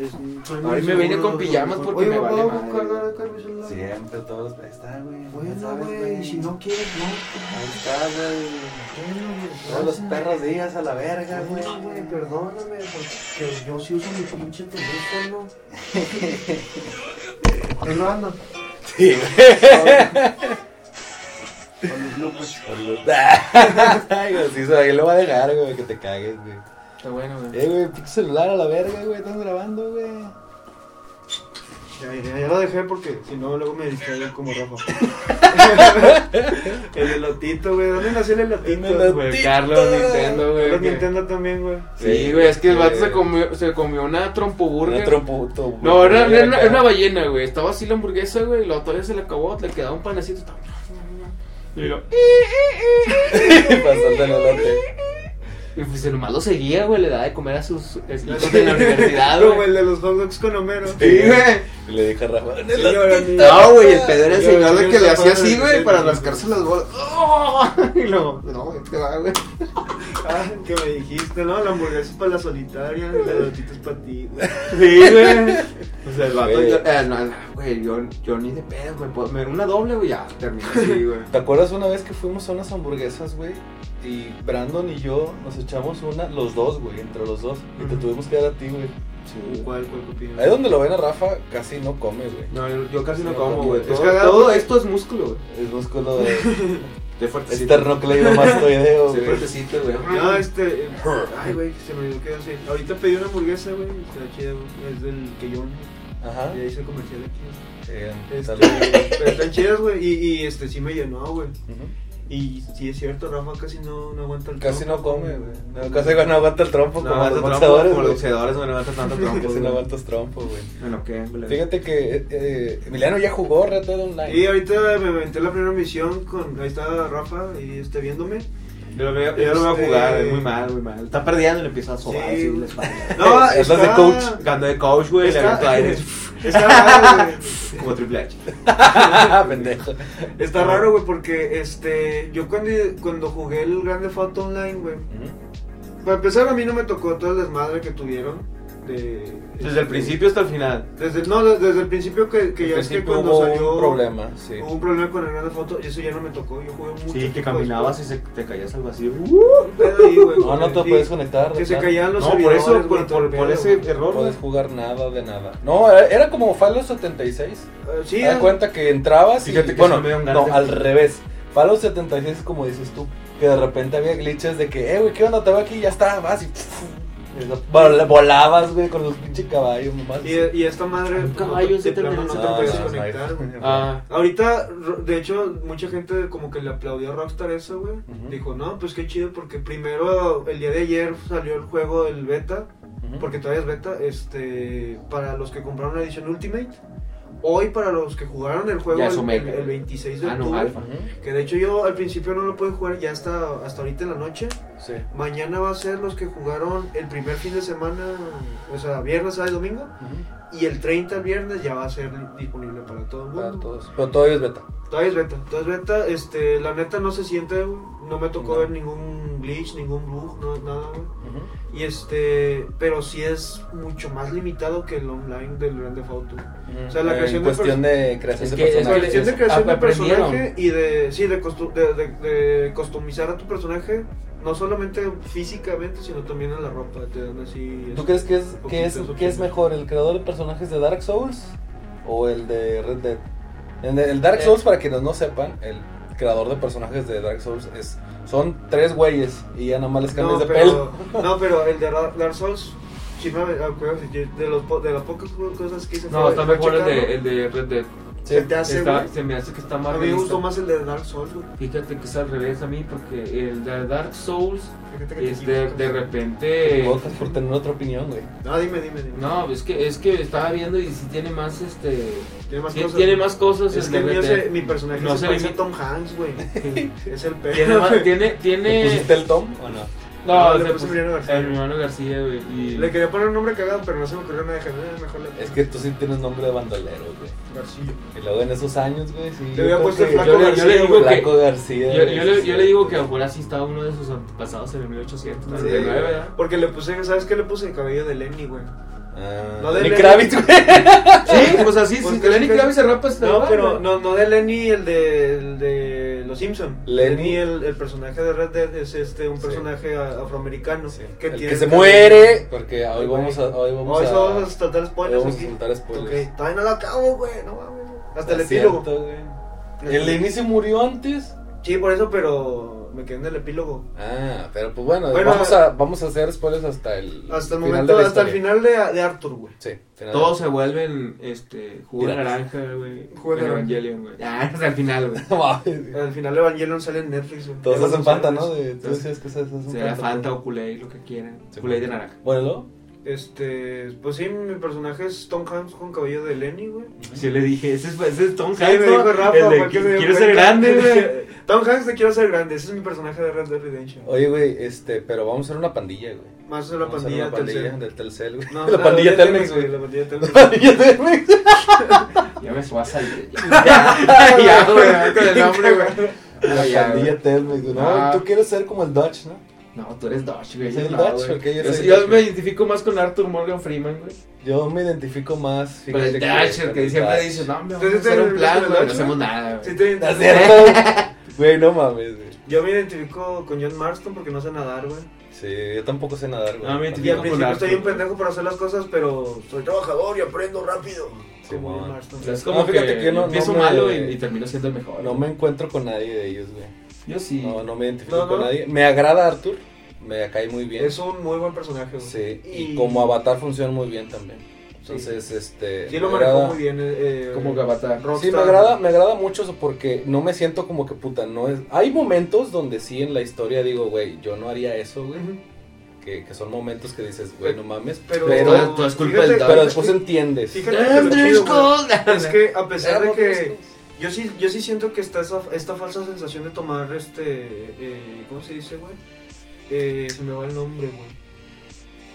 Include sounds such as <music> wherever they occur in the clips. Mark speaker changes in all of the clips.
Speaker 1: A mí me viene con pijamas porque
Speaker 2: Oye,
Speaker 1: me
Speaker 2: ¿me
Speaker 1: vale
Speaker 2: puedo cargar
Speaker 1: madre.
Speaker 2: acá mi celular?
Speaker 3: Siempre todos. Ahí está, güey. ya
Speaker 2: Bueno,
Speaker 3: sabes,
Speaker 2: güey, si no quieres, no.
Speaker 3: Ahí está, güey. Todos los perros días a la verga, güey.
Speaker 2: Bueno, güey, perdóname, porque yo sí uso mi pinche
Speaker 1: <laughs>
Speaker 2: teléfono. Ahí lo ando.
Speaker 1: Sí,
Speaker 2: Con los bloopers.
Speaker 3: Ay, güey, sí, ahí lo va a dejar, güey, que te cagues, güey.
Speaker 1: Está bueno, güey.
Speaker 3: Eh, güey, pinche celular a la verga, güey, estamos grabando, güey.
Speaker 2: Ya, ya, ya lo dejé porque si no, luego me distraigo como Rafa.
Speaker 1: <laughs>
Speaker 2: el elotito, güey. ¿Dónde nació el elotito?
Speaker 3: El elotito.
Speaker 1: Güey, Carlos Nintendo, güey.
Speaker 2: Los
Speaker 1: que-
Speaker 2: Nintendo también, güey.
Speaker 1: Sí, güey, es que el vato
Speaker 3: Eh,
Speaker 1: se comió, se comió una
Speaker 3: Una
Speaker 1: trompoburger.
Speaker 3: tromputo, güey.
Speaker 1: No, era, era una,
Speaker 3: Acá.
Speaker 1: era una ballena, güey. Estaba así la hamburguesa, güey. La todavía se le acabó, le quedaba un panecito. estaba- Y luego,
Speaker 3: Pasando el elote.
Speaker 1: Y pues el malo seguía, güey, le daba de comer a sus escritos de
Speaker 2: <laughs>
Speaker 1: la universidad,
Speaker 2: Como
Speaker 1: güey.
Speaker 2: el de los hot dogs con Homero.
Speaker 1: Sí, güey.
Speaker 3: Y le dije a Rafa, "Un
Speaker 2: Sí,
Speaker 3: elote".
Speaker 2: ahora ni-
Speaker 1: No, güey, el pedo era el
Speaker 2: Yo-
Speaker 1: señor de
Speaker 2: yo
Speaker 1: que le
Speaker 2: estaba
Speaker 1: hacía
Speaker 2: en
Speaker 1: así,
Speaker 2: el
Speaker 1: güey,
Speaker 2: centro.
Speaker 1: para rascarse las bolas. ¡Oh! Y luego, no, güey, te va, güey.
Speaker 2: Ah, que me dijiste, ¿no? La hamburguesa es para la solitaria, el elotito es para ti, güey.
Speaker 1: Sí, güey. O sea, el vato,
Speaker 3: Güey.
Speaker 1: yo, eh, no, no, güey, yo, yo ni de pedo, güey. puedo- Me una doble, güey, ya, terminé así, güey.
Speaker 3: ¿Te acuerdas una vez que fuimos a unas hamburguesas, güey? Y Brandon y yo nos echamos una, los dos, güey, entre los dos. Y te
Speaker 2: Ujú.
Speaker 3: tuvimos que dar a ti, güey. Sí,
Speaker 2: ¿Cuál, cuál copino?
Speaker 3: Ahí donde lo ven a Rafa, casi no come, güey.
Speaker 1: No, yo- yo casi no
Speaker 3: Sí,
Speaker 1: como,
Speaker 3: porque
Speaker 1: güey.
Speaker 3: todo-
Speaker 1: Es cagado, todo esto es músculo, güey.
Speaker 3: Es músculo de este
Speaker 1: De fuertecito. De
Speaker 3: esternocleidomastoideo, güey.
Speaker 1: fuertecito, güey.
Speaker 2: No, este. eh, Ay, güey, se me olvidó que decir. Ahorita pedí una hamburguesa, güey. Está chida, güey. Es del que yo.
Speaker 3: Ajá. Eh,
Speaker 2: Ya hice el comercial aquí.
Speaker 3: Sí,
Speaker 2: Este,
Speaker 3: tal vez.
Speaker 2: pero están chidas, güey. Y, y este sí me llenó, güey.
Speaker 3: Ujú.
Speaker 2: Y sí es cierto, Rafa casi no, no aguanta el
Speaker 3: Casi no
Speaker 2: trompo,
Speaker 3: come, güey. No, casi no aguanta el trompo como
Speaker 1: No,
Speaker 3: los
Speaker 1: trompo,
Speaker 3: boxeadores,
Speaker 1: como los
Speaker 3: güey.
Speaker 1: boxeadores no levantan tanto <laughs> trompo.
Speaker 3: Casi
Speaker 1: güey.
Speaker 3: no aguantas trompo, güey.
Speaker 1: Bueno, ¿qué? Me la-
Speaker 3: Fíjate que eh, eh, Emiliano ya jugó Red Dead Online.
Speaker 2: Y ahorita me inventé la primera misión con. Ahí estaba Rafa y este viéndome.
Speaker 1: Yo lo veo, yo lo veo
Speaker 2: Este-
Speaker 1: jugar, es muy mal, muy mal. Está perdiendo y le empieza a sobar
Speaker 2: Sí,
Speaker 1: así
Speaker 2: güey.
Speaker 1: la espalda.
Speaker 2: No,
Speaker 3: Es la de
Speaker 2: está-
Speaker 3: coach.
Speaker 1: Cuando de coach, güey, le
Speaker 2: Está- <laughs>
Speaker 1: aviento aire
Speaker 2: Está raro, güey.
Speaker 1: como Triple H.
Speaker 3: <laughs> pendejo.
Speaker 2: Está raro, güey, porque este. Yo cuando, cuando jugué el Grande Foto Online, güey. Para empezar, a mí no me tocó todo el desmadre que tuvieron. De,
Speaker 1: Desde el principio hasta el final.
Speaker 2: Desde, no, de- desde el principio que, que ya es que
Speaker 3: principio
Speaker 2: cuando
Speaker 3: hubo
Speaker 2: salió.
Speaker 3: un problema, sí.
Speaker 2: Hubo un problema con el Grande Foto y eso ya no me tocó. Yo jugué mucho.
Speaker 1: Sí, que
Speaker 2: tiempo
Speaker 1: caminabas y
Speaker 2: después.
Speaker 1: se, te caías al vacío.
Speaker 2: Un pedo ahí, güey,
Speaker 3: No, no te
Speaker 2: porque-
Speaker 3: puedes conectar.
Speaker 2: Que se
Speaker 3: ¿verdad?
Speaker 2: caían los
Speaker 1: No, por eso,
Speaker 2: servidores,
Speaker 1: por,
Speaker 2: güey,
Speaker 1: por-
Speaker 2: todo el
Speaker 1: por
Speaker 2: pedo,
Speaker 1: ese
Speaker 2: güey.
Speaker 1: error,
Speaker 3: No
Speaker 1: güey.
Speaker 3: puedes jugar nada de nada. No, era- era como Fallout 76.
Speaker 2: Eh, Sí,
Speaker 3: Te das
Speaker 2: eh,
Speaker 3: cuenta que entrabas y,
Speaker 1: Fíjate que
Speaker 3: bueno,
Speaker 1: sí me dieron ganas
Speaker 3: no,
Speaker 1: de-
Speaker 3: al revés. Fallout 76 es como dices tú, que de repente había glitches de que, eh, güey, ¿qué onda? Te va aquí y ya está, vas y... vol- Volabas, güey, con los pinches caballos, nomás. Ah,
Speaker 2: Y, y esta madre.
Speaker 1: Un
Speaker 2: pues, no
Speaker 1: caballo,
Speaker 2: te-
Speaker 1: sí
Speaker 2: de
Speaker 1: te
Speaker 2: plano no
Speaker 1: merece.
Speaker 2: te
Speaker 1: No,
Speaker 2: puedes
Speaker 1: no,
Speaker 3: no,
Speaker 2: conectar, güey.
Speaker 1: Ah,
Speaker 2: Ahorita, ro- de hecho, mucha gente como que le aplaudió a Rockstar eso, güey.
Speaker 3: Ujú.
Speaker 2: Dijo, no, pues qué chido, porque primero, el día de ayer salió el juego del beta,
Speaker 3: Ujú.
Speaker 2: porque todavía es beta, este, para los que compraron la edición Ultimate. Hoy, para los que jugaron el juego
Speaker 1: Ya es
Speaker 2: el, el,
Speaker 1: Omega.
Speaker 2: el 26 de
Speaker 1: Ah, no,
Speaker 2: octubre,
Speaker 1: Alpha.
Speaker 3: Ujú,
Speaker 2: que de hecho yo al principio no lo pude jugar ya hasta, hasta ahorita en la noche.
Speaker 3: Sí.
Speaker 2: Mañana va a ser los que jugaron el primer fin de semana, o sea, viernes, sábado y domingo.
Speaker 3: Ujú.
Speaker 2: Y el 30 viernes ya va a ser disponible para todo el mundo.
Speaker 3: Para todos. Pero todavía es beta.
Speaker 2: Todavía es beta, todavía es beta, este, la neta no se siente, güey. no me tocó
Speaker 3: No.
Speaker 2: ver ningún glitch, ningún bug, no, nada, güey.
Speaker 3: Ujú.
Speaker 2: Y este, pero sí es mucho más limitado que el online del Grand Theft Auto. O sea, la
Speaker 3: Eh,
Speaker 2: creación
Speaker 3: en
Speaker 2: de
Speaker 3: cuestión de creación
Speaker 1: Es
Speaker 3: de
Speaker 1: que- es que-
Speaker 2: La
Speaker 3: personajes.
Speaker 2: cuestión de
Speaker 1: es-
Speaker 2: creación de
Speaker 1: aprendieron.
Speaker 2: personaje y de, sí, de, costu- de, de- de customizar a tu personaje, no solamente físicamente, sino también en la ropa, te dan así...
Speaker 3: ¿Tú crees que es, que es,
Speaker 2: Poquitos,
Speaker 3: que es mejor el creador de personajes de Dark Souls o el de Red Dead? En el- el Dark
Speaker 2: Eh.
Speaker 3: Souls, para quienes no sepan, el creador de personajes de Dark Souls es son tres güeyes y ya nada más les cambias
Speaker 2: No,
Speaker 3: de
Speaker 2: pero,
Speaker 3: pelo.
Speaker 2: no, pero el de Ra- Dark Souls, sí me acuerdo, de, los po- de las pocas cosas que hice
Speaker 1: no,
Speaker 2: fue-
Speaker 1: está
Speaker 2: fue
Speaker 1: mejor el de,
Speaker 2: checarlo.
Speaker 1: el de Red Dead.
Speaker 2: se te hace,
Speaker 1: Está,
Speaker 2: güey.
Speaker 1: se me hace que está más
Speaker 2: A mí me
Speaker 1: realista.
Speaker 2: gustó más el de Dark Souls, güey.
Speaker 1: Fíjate que es al revés a mí, porque el de Dark Souls,
Speaker 2: Fíjate que te
Speaker 1: este,
Speaker 2: equivocas.
Speaker 1: de
Speaker 3: Te
Speaker 1: repente...
Speaker 3: equivocas por tener otra opinión, güey.
Speaker 2: No, Ah, dime, dime, dime.
Speaker 1: No, es que, es que estaba viendo y sí tiene más, este...
Speaker 2: tiene más
Speaker 1: sí
Speaker 2: cosas.
Speaker 1: tiene más cosas.
Speaker 2: Es
Speaker 1: el
Speaker 2: que el
Speaker 1: de
Speaker 2: mío
Speaker 1: Red
Speaker 2: se-
Speaker 1: Dead.
Speaker 2: mi personaje
Speaker 1: No
Speaker 2: se
Speaker 1: se <laughs>
Speaker 2: parece a
Speaker 1: limita.
Speaker 2: Tom Hanks, güey. Es el
Speaker 1: Tiene,
Speaker 2: perro. <laughs>
Speaker 1: más-
Speaker 2: güey.
Speaker 1: tiene,
Speaker 3: ¿Te
Speaker 1: tiene,
Speaker 3: pusiste el Tom o no?
Speaker 1: No,
Speaker 2: No, le
Speaker 1: se
Speaker 2: puse
Speaker 1: puso
Speaker 2: Emiliano García.
Speaker 1: Emiliano García, güey. y-
Speaker 2: Le quería poner un nombre cagado, pero no se me ocurrió nada. Dije, "Eh, mejor le
Speaker 3: Es que tú sí tienes nombre de bandolero, güey.
Speaker 2: García.
Speaker 3: Y luego en esos años, güey, sí.
Speaker 2: Te
Speaker 3: yo
Speaker 2: había
Speaker 3: creo
Speaker 2: puesto
Speaker 3: que-
Speaker 2: Flaco
Speaker 3: yo le-
Speaker 2: García,
Speaker 3: Yo le digo
Speaker 1: güey.
Speaker 3: Flaco García.
Speaker 1: Yo,
Speaker 3: güey,
Speaker 1: yo le,
Speaker 3: sí,
Speaker 1: yo le digo que
Speaker 3: güey.
Speaker 1: afuera sí estaba uno de sus antepasados en el 1800,
Speaker 2: Sí,
Speaker 1: 99, ¿verdad?
Speaker 2: porque le puse, ¿sabes qué le puse? El cabello de Lenny, güey.
Speaker 3: Ah,
Speaker 2: No de
Speaker 3: Lenny
Speaker 2: Lenny.
Speaker 3: Kravitz, güey.
Speaker 1: Sí, pues así,
Speaker 2: Pues
Speaker 1: si
Speaker 2: casi,
Speaker 1: Lenny
Speaker 2: casi.
Speaker 1: Kravitz se rapa, está
Speaker 2: No,
Speaker 1: mal,
Speaker 2: pero
Speaker 1: güey.
Speaker 2: no, no de Lenny, el de, el de Los Simpson.
Speaker 3: Lenny.
Speaker 2: el, el personaje de Red Dead es este un
Speaker 3: Sí.
Speaker 2: personaje a- afroamericano
Speaker 3: Sí,
Speaker 2: que
Speaker 3: el
Speaker 2: tiene
Speaker 3: que se
Speaker 2: cabello.
Speaker 3: muere. Porque hoy vamos a. Hoy vamos
Speaker 2: Hoy
Speaker 3: a,
Speaker 2: solo vamos a tratar spoilers.
Speaker 3: vamos a
Speaker 2: aquí.
Speaker 3: soltar spoilers.
Speaker 2: Ok, todavía no lo acabo, güey. No mames. Hasta el
Speaker 3: Es
Speaker 2: epílogo. Este,
Speaker 3: cierto, güey. El Lenny se murió antes.
Speaker 2: Sí, por eso, pero me quedé en el epílogo.
Speaker 3: Ah, pero pues bueno,
Speaker 2: Bueno,
Speaker 3: vamos, a, vamos a hacer spoilers hasta el.
Speaker 2: Hasta el
Speaker 3: final
Speaker 2: momento,
Speaker 3: de la
Speaker 2: hasta el
Speaker 3: historia.
Speaker 2: final de, de Arthur, güey.
Speaker 3: Sí, final.
Speaker 1: Todos se vuelven este, jugo de
Speaker 3: Piratas.
Speaker 1: naranja, güey.
Speaker 2: Jugo de
Speaker 1: en
Speaker 2: naranja.
Speaker 1: Evangelion, güey. Ah, hasta el final, güey.
Speaker 3: No
Speaker 2: <laughs>
Speaker 3: mames.
Speaker 2: Al final Evangelion sale en Netflix, güey.
Speaker 3: <laughs> Todos hacen falta, ¿no?
Speaker 2: De...
Speaker 3: De, tú decías que se hacen
Speaker 1: Será Fanta
Speaker 3: falta.
Speaker 1: o Kool-Aid, lo que quieran.
Speaker 3: Sí.
Speaker 1: Kool-Aid de naranja.
Speaker 3: Bueno, ¿no?
Speaker 2: Este, pues sí, mi personaje es Tom Hanks con cabello de Lenny, güey.
Speaker 1: Yo le dije, ese es, ese es Tom
Speaker 2: Sí,
Speaker 1: Hanks,
Speaker 2: me
Speaker 1: ¿no?
Speaker 2: dijo Rafa,
Speaker 1: El de,
Speaker 2: porque se dio
Speaker 1: quiero
Speaker 2: cuenta.
Speaker 1: ser
Speaker 2: <laughs>
Speaker 1: grande, güey.
Speaker 2: Tom Hanks te quiero ser grande, ese es mi personaje de Red Dead Redemption.
Speaker 3: Oye, güey, este, pero vamos a hacer una pandilla, güey.
Speaker 2: Más de la
Speaker 3: Vamos a hacer
Speaker 2: pandilla,
Speaker 3: una pandilla
Speaker 2: Telcel.
Speaker 3: del Telcel, güey.
Speaker 2: No,
Speaker 3: <laughs> la pandilla Telmex, <laughs> güey.
Speaker 2: La pandilla Telmex. <laughs>
Speaker 3: Pandilla Telmex.
Speaker 1: Ya me suba a <laughs> salir. Ya, ya, güey, con el nombre, güey.
Speaker 3: La
Speaker 1: Ah, <laughs> ya,
Speaker 3: pandilla Telmex, güey. No,
Speaker 1: Ah.
Speaker 3: tú quieres ser como el Dodge, ¿no?
Speaker 1: No, tú eres Dodge, güey.
Speaker 3: Soy
Speaker 1: yo
Speaker 3: el
Speaker 1: no,
Speaker 3: Dodge,
Speaker 1: güey.
Speaker 3: ¿por qué yo
Speaker 1: Yo,
Speaker 3: soy
Speaker 1: yo
Speaker 3: Dodge,
Speaker 1: me
Speaker 3: güey?
Speaker 1: identifico más con Arthur Morgan Freeman, güey.
Speaker 3: Yo me identifico más.
Speaker 1: Pero el
Speaker 3: fíjate,
Speaker 1: Dodge, el
Speaker 3: con
Speaker 1: que siempre
Speaker 3: Dodge.
Speaker 1: dice, no, me vamos a
Speaker 2: Entonces,
Speaker 1: hacer un
Speaker 2: ¿te
Speaker 1: plan,
Speaker 2: identificas con
Speaker 1: güey. No
Speaker 2: el
Speaker 1: hacemos nada,
Speaker 2: Sí,
Speaker 1: güey.
Speaker 2: te-
Speaker 3: ¿No es cierto? Güey, no mames, güey.
Speaker 2: Yo me identifico con John Marston porque no sé nadar, güey.
Speaker 3: Sí, yo tampoco sé nadar, güey.
Speaker 1: No, me
Speaker 2: Y al
Speaker 1: identifico
Speaker 2: principio
Speaker 1: con
Speaker 2: estoy un
Speaker 1: Arthur.
Speaker 2: pendejo para hacer las cosas, pero soy trabajador y aprendo rápido.
Speaker 3: Sí,
Speaker 2: Como John
Speaker 3: mamá.
Speaker 2: Marston.
Speaker 1: O sea, es
Speaker 3: No,
Speaker 1: como que,
Speaker 3: fíjate que yo no- no
Speaker 1: empiezo
Speaker 3: me-
Speaker 1: malo y, y termino siendo el mejor.
Speaker 3: No me encuentro con nadie de ellos, güey.
Speaker 1: Yo sí.
Speaker 3: No, no me identifico
Speaker 2: No, no.
Speaker 3: con nadie. Me agrada Arthur, me cae muy bien.
Speaker 2: Es un muy buen personaje, güey.
Speaker 3: Sí, y, como avatar funciona muy bien también. Entonces, este.
Speaker 2: Sí, lo
Speaker 3: me
Speaker 2: manejó
Speaker 3: agrada.
Speaker 2: muy bien. eh, eh,
Speaker 1: Como Gavatar.
Speaker 2: Rockstar.
Speaker 3: Sí, me agrada, me agrada mucho eso porque no me siento como que puta, no es... Hay momentos donde sí en la historia digo, güey, yo no haría eso, güey.
Speaker 2: Ujú.
Speaker 3: Que, que son momentos que dices, güey, no mames.
Speaker 2: Pero,
Speaker 3: Pero-
Speaker 1: todo es culpa
Speaker 2: fíjate-
Speaker 1: del Dodge.
Speaker 3: Pero después entiendes.
Speaker 2: Fíjate que lo
Speaker 1: Andrew
Speaker 2: chido, güey,
Speaker 1: Scott.
Speaker 2: es que a pesar de
Speaker 3: Éramos
Speaker 2: que
Speaker 3: dos.
Speaker 2: yo sí, yo sí siento que está esa, esta falsa sensación de tomar este, eh, ¿cómo se dice, güey? Eh, se me va el nombre, güey.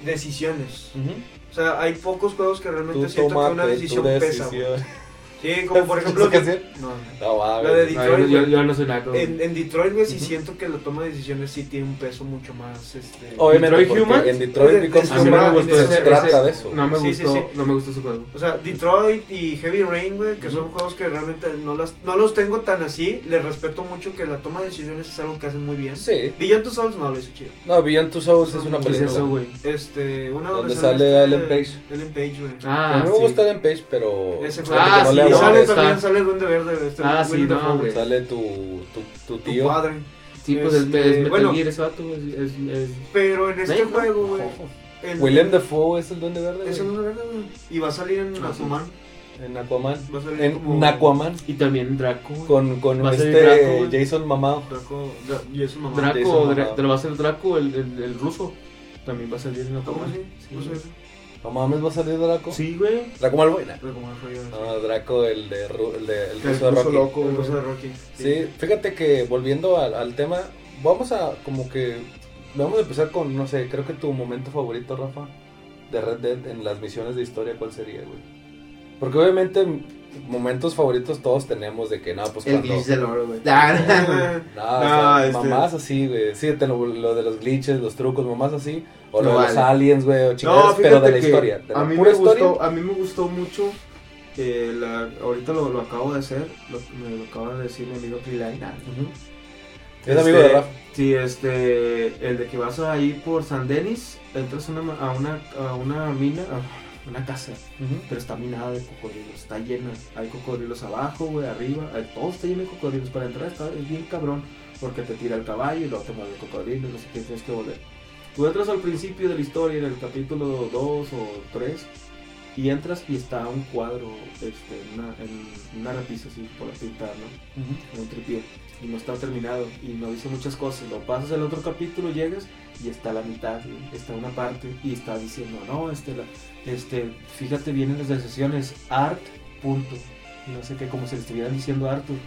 Speaker 2: Decisiones.
Speaker 3: Ujú.
Speaker 2: O sea, hay pocos juegos que realmente
Speaker 3: Tú
Speaker 2: siento que
Speaker 3: tómate
Speaker 2: una decisión
Speaker 3: tu
Speaker 2: pesa, güey. <laughs>
Speaker 3: decisión.
Speaker 2: Sí, como
Speaker 3: <laughs>
Speaker 2: por ejemplo...
Speaker 3: ¿Esa canción?
Speaker 2: No,
Speaker 3: No,
Speaker 2: no.
Speaker 3: mames.
Speaker 2: La de
Speaker 1: No, Ah, yo,
Speaker 2: Detroit,
Speaker 1: yo-
Speaker 2: güey.
Speaker 1: yo no soy naco.
Speaker 2: En, en Detroit, güey, sí
Speaker 3: Ujú.
Speaker 2: siento que la toma de decisiones sí tiene un peso mucho más, este...
Speaker 3: Obviamente,
Speaker 1: Detroit
Speaker 3: porque
Speaker 1: Humans.
Speaker 3: en Detroit
Speaker 2: Es de-
Speaker 3: Become
Speaker 2: es
Speaker 1: A mí no me
Speaker 2: Humans,
Speaker 3: Human
Speaker 1: gustó
Speaker 3: se
Speaker 1: ese,
Speaker 3: trata
Speaker 1: ese-
Speaker 3: de eso.
Speaker 1: No me
Speaker 2: Sí, sí,
Speaker 1: gustó,
Speaker 2: sí.
Speaker 1: no me gustó ese juego.
Speaker 2: O sea, Detroit y Heavy Rain, güey, que son juegos que realmente no, las, no los tengo tan así. Les respeto mucho que la toma de decisiones es algo que hacen muy bien.
Speaker 3: Sí.
Speaker 2: Beyond Two Souls no lo hizo chido.
Speaker 3: No, Beyond Two Souls es una
Speaker 2: ¿Qué
Speaker 1: ¿Qué es
Speaker 3: película.
Speaker 1: eso, güey?
Speaker 2: Este, una
Speaker 3: ¿Dónde
Speaker 2: donde
Speaker 3: sale
Speaker 2: este-
Speaker 3: Ellen Page?
Speaker 2: Ellen Page, güey.
Speaker 3: a
Speaker 1: Ah,
Speaker 3: mí me
Speaker 1: sí.
Speaker 3: gusta Ellen Page, pero.
Speaker 2: Ese
Speaker 3: como
Speaker 2: fue
Speaker 1: Ah,
Speaker 3: que no
Speaker 1: sí,
Speaker 3: le
Speaker 2: y
Speaker 1: no,
Speaker 2: sale
Speaker 3: avanza.
Speaker 1: está-
Speaker 2: también, sale el Duende Verde. Este,
Speaker 1: Ah, sí,
Speaker 2: Willem
Speaker 1: no,
Speaker 2: Dafoe,
Speaker 1: hombre.
Speaker 3: Sale tu, tu, tu
Speaker 2: Tu
Speaker 3: tío.
Speaker 2: padre.
Speaker 1: Sí, pues es,
Speaker 2: Este,
Speaker 1: es Metal
Speaker 2: bueno.
Speaker 1: Gear, ese vato, güey, es, es,
Speaker 2: Pero en este
Speaker 1: Nate, ¿no?
Speaker 2: juego, güey. en-
Speaker 3: Willem Dafoe es el duende verde.
Speaker 2: Es el
Speaker 3: güey.
Speaker 2: Duende Verde, güey. Y va a salir en
Speaker 1: Ah, sí.
Speaker 2: Aquaman.
Speaker 3: En Aquaman.
Speaker 2: Va a salir
Speaker 3: En
Speaker 2: como-
Speaker 3: Aquaman.
Speaker 1: Y también Draco, güey.
Speaker 3: Con, con
Speaker 1: Va a
Speaker 3: este
Speaker 1: salir Draco, güey.
Speaker 3: Jason Mamado.
Speaker 2: Draco. Dra- Y es un mamá.
Speaker 1: Draco,
Speaker 3: Jason
Speaker 1: Dra-
Speaker 3: Momoa.
Speaker 1: Dra- va a ser Draco, el, el, el ruso. También va a salir en la
Speaker 2: ¿Cómo
Speaker 1: toma.
Speaker 2: así? No sé.
Speaker 3: No mames, va a salir Draco.
Speaker 1: Sí, güey.
Speaker 3: Draco Malbuena.
Speaker 2: Draco Malfoy, güey.
Speaker 3: No, Draco, Ah, el de, Ru- el de el
Speaker 1: Que el
Speaker 3: ruso de
Speaker 1: ruso
Speaker 3: Rocky.
Speaker 1: loco.
Speaker 2: El ruso de Rocky.
Speaker 3: Sí, fíjate que volviendo al, al tema, vamos a como que. Vamos a empezar con, no sé, creo que tu momento favorito, Rafa, de Red Dead en las misiones de historia, ¿cuál sería, güey? Porque obviamente m- momentos favoritos todos tenemos de que, no, pues cuando...
Speaker 1: del oro, güey.
Speaker 2: Ah.
Speaker 3: <laughs>
Speaker 2: <laughs>
Speaker 3: No, o
Speaker 2: No,
Speaker 3: sea,
Speaker 2: este-
Speaker 3: mamás así, güey. Sí, te lo, lo de los glitches, los trucos, mamás así. O lo
Speaker 1: No
Speaker 3: de los
Speaker 1: vale.
Speaker 3: aliens, güey, o
Speaker 1: No,
Speaker 3: chingaderas, pero de la
Speaker 1: que
Speaker 3: historia. de la
Speaker 1: a mí me
Speaker 3: pura historia.
Speaker 1: gustó, a mí me gustó mucho que la, ahorita lo, lo acabo de hacer, lo, me lo acaba de decir mi amigo Pilain.
Speaker 3: Ujú. Es amigo de Rafa.
Speaker 1: Sí, este, el de que vas ahí por San Denis, <laughs> entras a una, ma- a una, a una mina, a una casa,
Speaker 3: Ujú.
Speaker 1: pero está minada de cocodrilos, está llena, hay cocodrilos abajo, güey, arriba, hay- todo está lleno de cocodrilos, para entrar está, es bien cabrón, porque te tira el caballo y luego te mueve el cocodrilo, no sé qué, tienes que volver. Tú entras al principio de la historia, en el capítulo 2 o 3, y entras y está un cuadro, este, en una, en una repisa así, por pintar, ¿no?
Speaker 3: Ujú.
Speaker 1: en un tripié y no está terminado y no dice muchas cosas. Lo pasas al otro capítulo, llegas y está la mitad, güey, está una parte y está diciendo, no, este, la- este fíjate bien en las decisiones, art, punto. Y No sé qué, como si le estuvieran diciendo Arthur.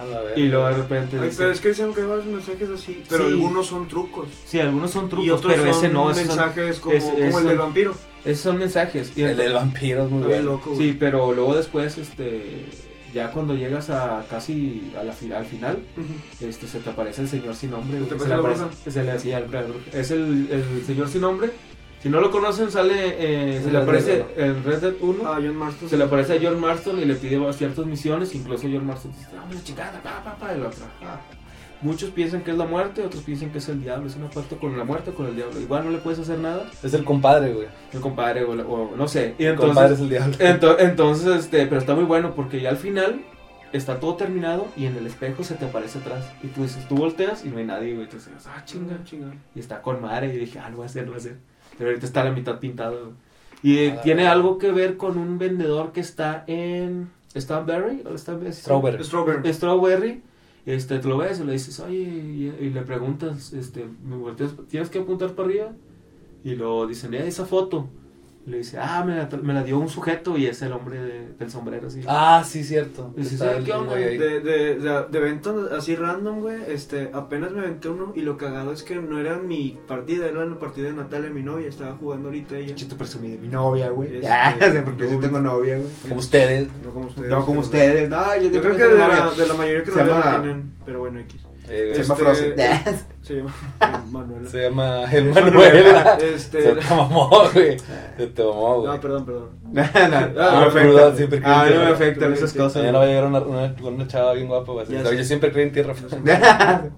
Speaker 3: A la verga.
Speaker 1: Y luego de repente.
Speaker 2: Ay,
Speaker 1: dice-
Speaker 2: pero es que dicen que hay varios mensajes así. Pero
Speaker 1: Sí.
Speaker 2: algunos son trucos.
Speaker 1: Sí, algunos son trucos,
Speaker 2: y otros
Speaker 1: pero
Speaker 2: son
Speaker 1: ese no. Esos son,
Speaker 2: mensajes como,
Speaker 1: es-
Speaker 2: como
Speaker 1: es-
Speaker 2: el del vampiro.
Speaker 1: esos son mensajes. Y
Speaker 3: El del vampiro es muy
Speaker 2: Está bien
Speaker 3: bueno.
Speaker 2: loco, güey.
Speaker 1: Sí, pero luego después, este, ya cuando llegas a casi a la fi- al final,
Speaker 2: Ujú.
Speaker 1: este, se te aparece el señor sin nombre.
Speaker 2: ¿Se te
Speaker 1: güey.
Speaker 2: aparece
Speaker 1: le
Speaker 2: la
Speaker 1: aparece-
Speaker 2: bruja?
Speaker 1: se le hacía el- la bruja. Es el, el señor sin nombre. Si no lo conocen, sale, eh, se
Speaker 3: En
Speaker 1: le
Speaker 3: Red
Speaker 1: aparece
Speaker 3: Dead
Speaker 1: en Red Dead 1.
Speaker 2: Ah, John Marston.
Speaker 1: Se le aparece a John Marston y le pide ciertas misiones, incluso John Marston dice, dame la chingada, pa, pa, pa, y la otra. ah. Muchos piensan que es la muerte, otros piensan que es el diablo, es un pacto con la muerte o con el diablo. Igual no le puedes hacer nada,
Speaker 3: Es el compadre, güey.
Speaker 1: el compadre o, la- o no sé. Y
Speaker 3: El compadre
Speaker 1: entonces,
Speaker 3: es el diablo.
Speaker 1: ento- entonces, este, pero está muy bueno porque ya al final está todo terminado y en el espejo se te aparece atrás. Y tú dices, tú volteas y no hay nadie, güey. Entonces, ah, chinga.
Speaker 2: Chinga, chinga.
Speaker 1: Y está con madre. Y yo dije, ah, lo voy a hacer, lo voy a hacer. Pero ahorita está a la mitad pintado. güey. Y eh,
Speaker 3: Ah.
Speaker 1: tiene algo que ver con un vendedor que está en. ¿Stanberry? ¿O Stan- es-
Speaker 3: Strawberry.
Speaker 2: Strawberry.
Speaker 1: Strawberry. Este, te lo ves y le dices, oye, y, y le preguntas, este, me volteas, ¿tienes que apuntar para arriba? Y luego dicen, "Eh, esa foto. Y le dice, ah, me la, tra- me la dio un sujeto y es el hombre de- del sombrero, así.
Speaker 3: Ah, sí, cierto.
Speaker 1: Sí, sí,
Speaker 3: Está
Speaker 1: sí,
Speaker 3: el
Speaker 1: ¿qué onda?
Speaker 3: güey ahí.
Speaker 2: De, de, de, de eventos así random, güey, este, apenas me aventé uno y lo cagado es que no era mi partida, era la partida de Natalia, mi novia, estaba jugando ahorita ella.
Speaker 1: Chito presumido, mi novia, güey.
Speaker 2: Este,
Speaker 1: Ya, <laughs> sé, porque
Speaker 2: no,
Speaker 1: yo tengo novia, güey.
Speaker 3: Como ustedes.
Speaker 2: No como ustedes.
Speaker 1: No como ustedes, no, yo,
Speaker 2: Yo creo
Speaker 1: también
Speaker 2: que de
Speaker 1: tengo
Speaker 2: la,
Speaker 1: novia.
Speaker 2: de la mayoría que
Speaker 1: Se
Speaker 2: no la
Speaker 1: llama-
Speaker 2: tienen, pero bueno, X.
Speaker 3: Eh,
Speaker 1: Se llama
Speaker 2: Este-
Speaker 1: Frozen.
Speaker 2: Se llama Manuela.
Speaker 3: Se llama el Manuel. <laughs> Se
Speaker 2: Este,
Speaker 3: te mamó, güey. Se te mamó, güey.
Speaker 2: no, perdón, perdón.
Speaker 1: <laughs> No, no,
Speaker 2: Ah,
Speaker 1: no me afecta.
Speaker 3: cruda, siempre
Speaker 1: Ah, no
Speaker 3: crítica.
Speaker 1: me afectan esas cosas.
Speaker 3: Mañana va a llegar una, una, una chava bien guapa, güey. así,
Speaker 2: Ya
Speaker 3: "Oye,
Speaker 2: sé.
Speaker 3: Yo siempre creí en ti, Rafa.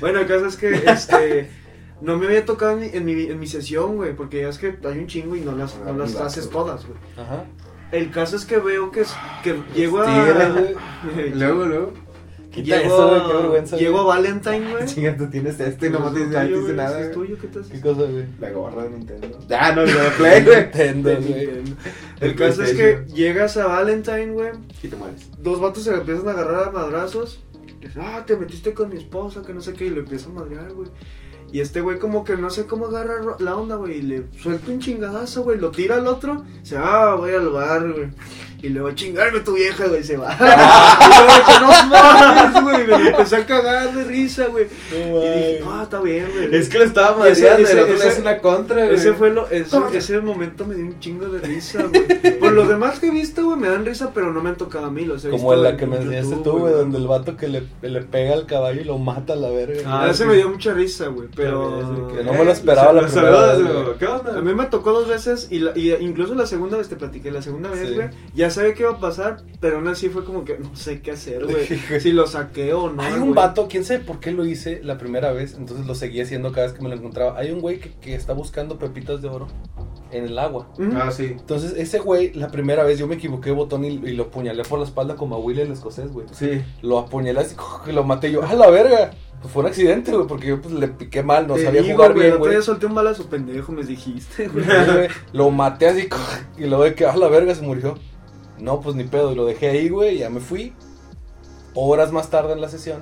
Speaker 2: Bueno, el caso es que, este, no me había tocado en mi, en mi, en mi sesión, güey, porque ya es que hay un chingo y no las, no las
Speaker 1: Ah,
Speaker 2: haces todas, güey.
Speaker 3: Ajá.
Speaker 2: El caso es que veo que, es- que llego a...
Speaker 3: Tigres,
Speaker 2: <laughs>
Speaker 3: güey.
Speaker 1: Luego, luego.
Speaker 3: Quita
Speaker 2: llego,
Speaker 3: eso, güey, qué vergüenza. güey.
Speaker 2: Llego a Valentine, güey.
Speaker 1: Chinga, tú tienes esto y
Speaker 2: Pues
Speaker 1: nomás
Speaker 2: es
Speaker 1: te
Speaker 2: tuyo,
Speaker 1: dices
Speaker 2: güey,
Speaker 1: nada.
Speaker 2: Es
Speaker 1: güey.
Speaker 2: tuyo, ¿qué te
Speaker 3: <laughs>
Speaker 2: haces?
Speaker 3: ¿Qué cosa, güey?
Speaker 1: La gorra de Nintendo. Ah, no, la de Play, güey.
Speaker 3: Nintendo, güey.
Speaker 2: Nintendo. El caso es que llegas a Valentine, güey.
Speaker 1: Y te <laughs> mueres.
Speaker 2: Dos vatos se le empiezan a agarrar a madrazos. Dices, ah, te metiste con mi esposa, que no sé qué. Y lo empiezan a madrear, güey. Y este güey, como que no sé cómo agarra ro- la onda, güey. Y le suelta un chingadazo, güey. Lo tira al otro. Dice, ah, voy al bar, güey. Y le va a chingarme tu vieja, güey. Y se va. <laughs> Y luego, dice, no mames, güey. Me empecé a cagar de risa, güey.
Speaker 3: No,
Speaker 2: Y dije,
Speaker 3: mames.
Speaker 2: ah, está bien, güey.
Speaker 1: Es que lo estaba
Speaker 2: Y ese-
Speaker 1: madreando y
Speaker 2: ese-
Speaker 1: el otro le
Speaker 2: ese-
Speaker 1: hace una contra, güey.
Speaker 2: Ese fue lo, ese,
Speaker 1: Tómate.
Speaker 2: ese momento me dio un chingo de risa, güey. Por los demás que he visto, güey, me dan risa, pero no me han tocado a mí. Los he
Speaker 3: Como
Speaker 2: visto
Speaker 3: la
Speaker 2: en
Speaker 3: que me
Speaker 2: YouTube,
Speaker 3: enseñaste tú, güey, donde el vato que le, le pega al caballo y lo mata a la verga.
Speaker 1: Ah,
Speaker 2: A ese
Speaker 1: sí.
Speaker 2: me dio mucha risa, güey, pero... eh,
Speaker 3: Que no me lo esperaba la
Speaker 1: Los
Speaker 3: primera
Speaker 1: saludos,
Speaker 3: vez,
Speaker 1: güey.
Speaker 3: güey.
Speaker 1: ¿Qué
Speaker 2: A
Speaker 1: onda?
Speaker 2: mí me tocó dos veces y, la- y eh, incluso la segunda vez te platiqué, la segunda vez,
Speaker 3: Sí.
Speaker 2: güey, ya sabía qué iba a pasar, pero aún así fue como que no sé qué hacer, güey, si lo saqué o no,
Speaker 3: Hay
Speaker 2: güey.
Speaker 3: un vato, quién sabe por qué lo hice la primera vez, entonces lo seguí haciendo cada vez que me lo encontraba. Hay un güey que, que está buscando pepitas de oro en el agua.
Speaker 2: ¿Mm?
Speaker 1: Ah, sí.
Speaker 3: Entonces, ese güey, la primera vez yo me equivoqué de botón y, y lo apuñalé por la espalda como a Willy el escocés, güey.
Speaker 1: Sí.
Speaker 3: Lo apuñalé así, <laughs> y lo maté yo, ¡a la verga! Pues fue un accidente, güey, porque yo pues le piqué mal, no
Speaker 2: Te
Speaker 3: sabía
Speaker 2: digo,
Speaker 3: jugar
Speaker 2: güey, el
Speaker 3: bien,
Speaker 2: otro
Speaker 3: güey.
Speaker 2: día solté un balazo pendejo, me dijiste,
Speaker 3: <laughs>
Speaker 2: güey.
Speaker 3: güey. lo maté así y luego de que, ah, la verga, se murió. No, pues ni pedo, y lo dejé ahí, güey, ya me fui. Horas más tarde en la sesión,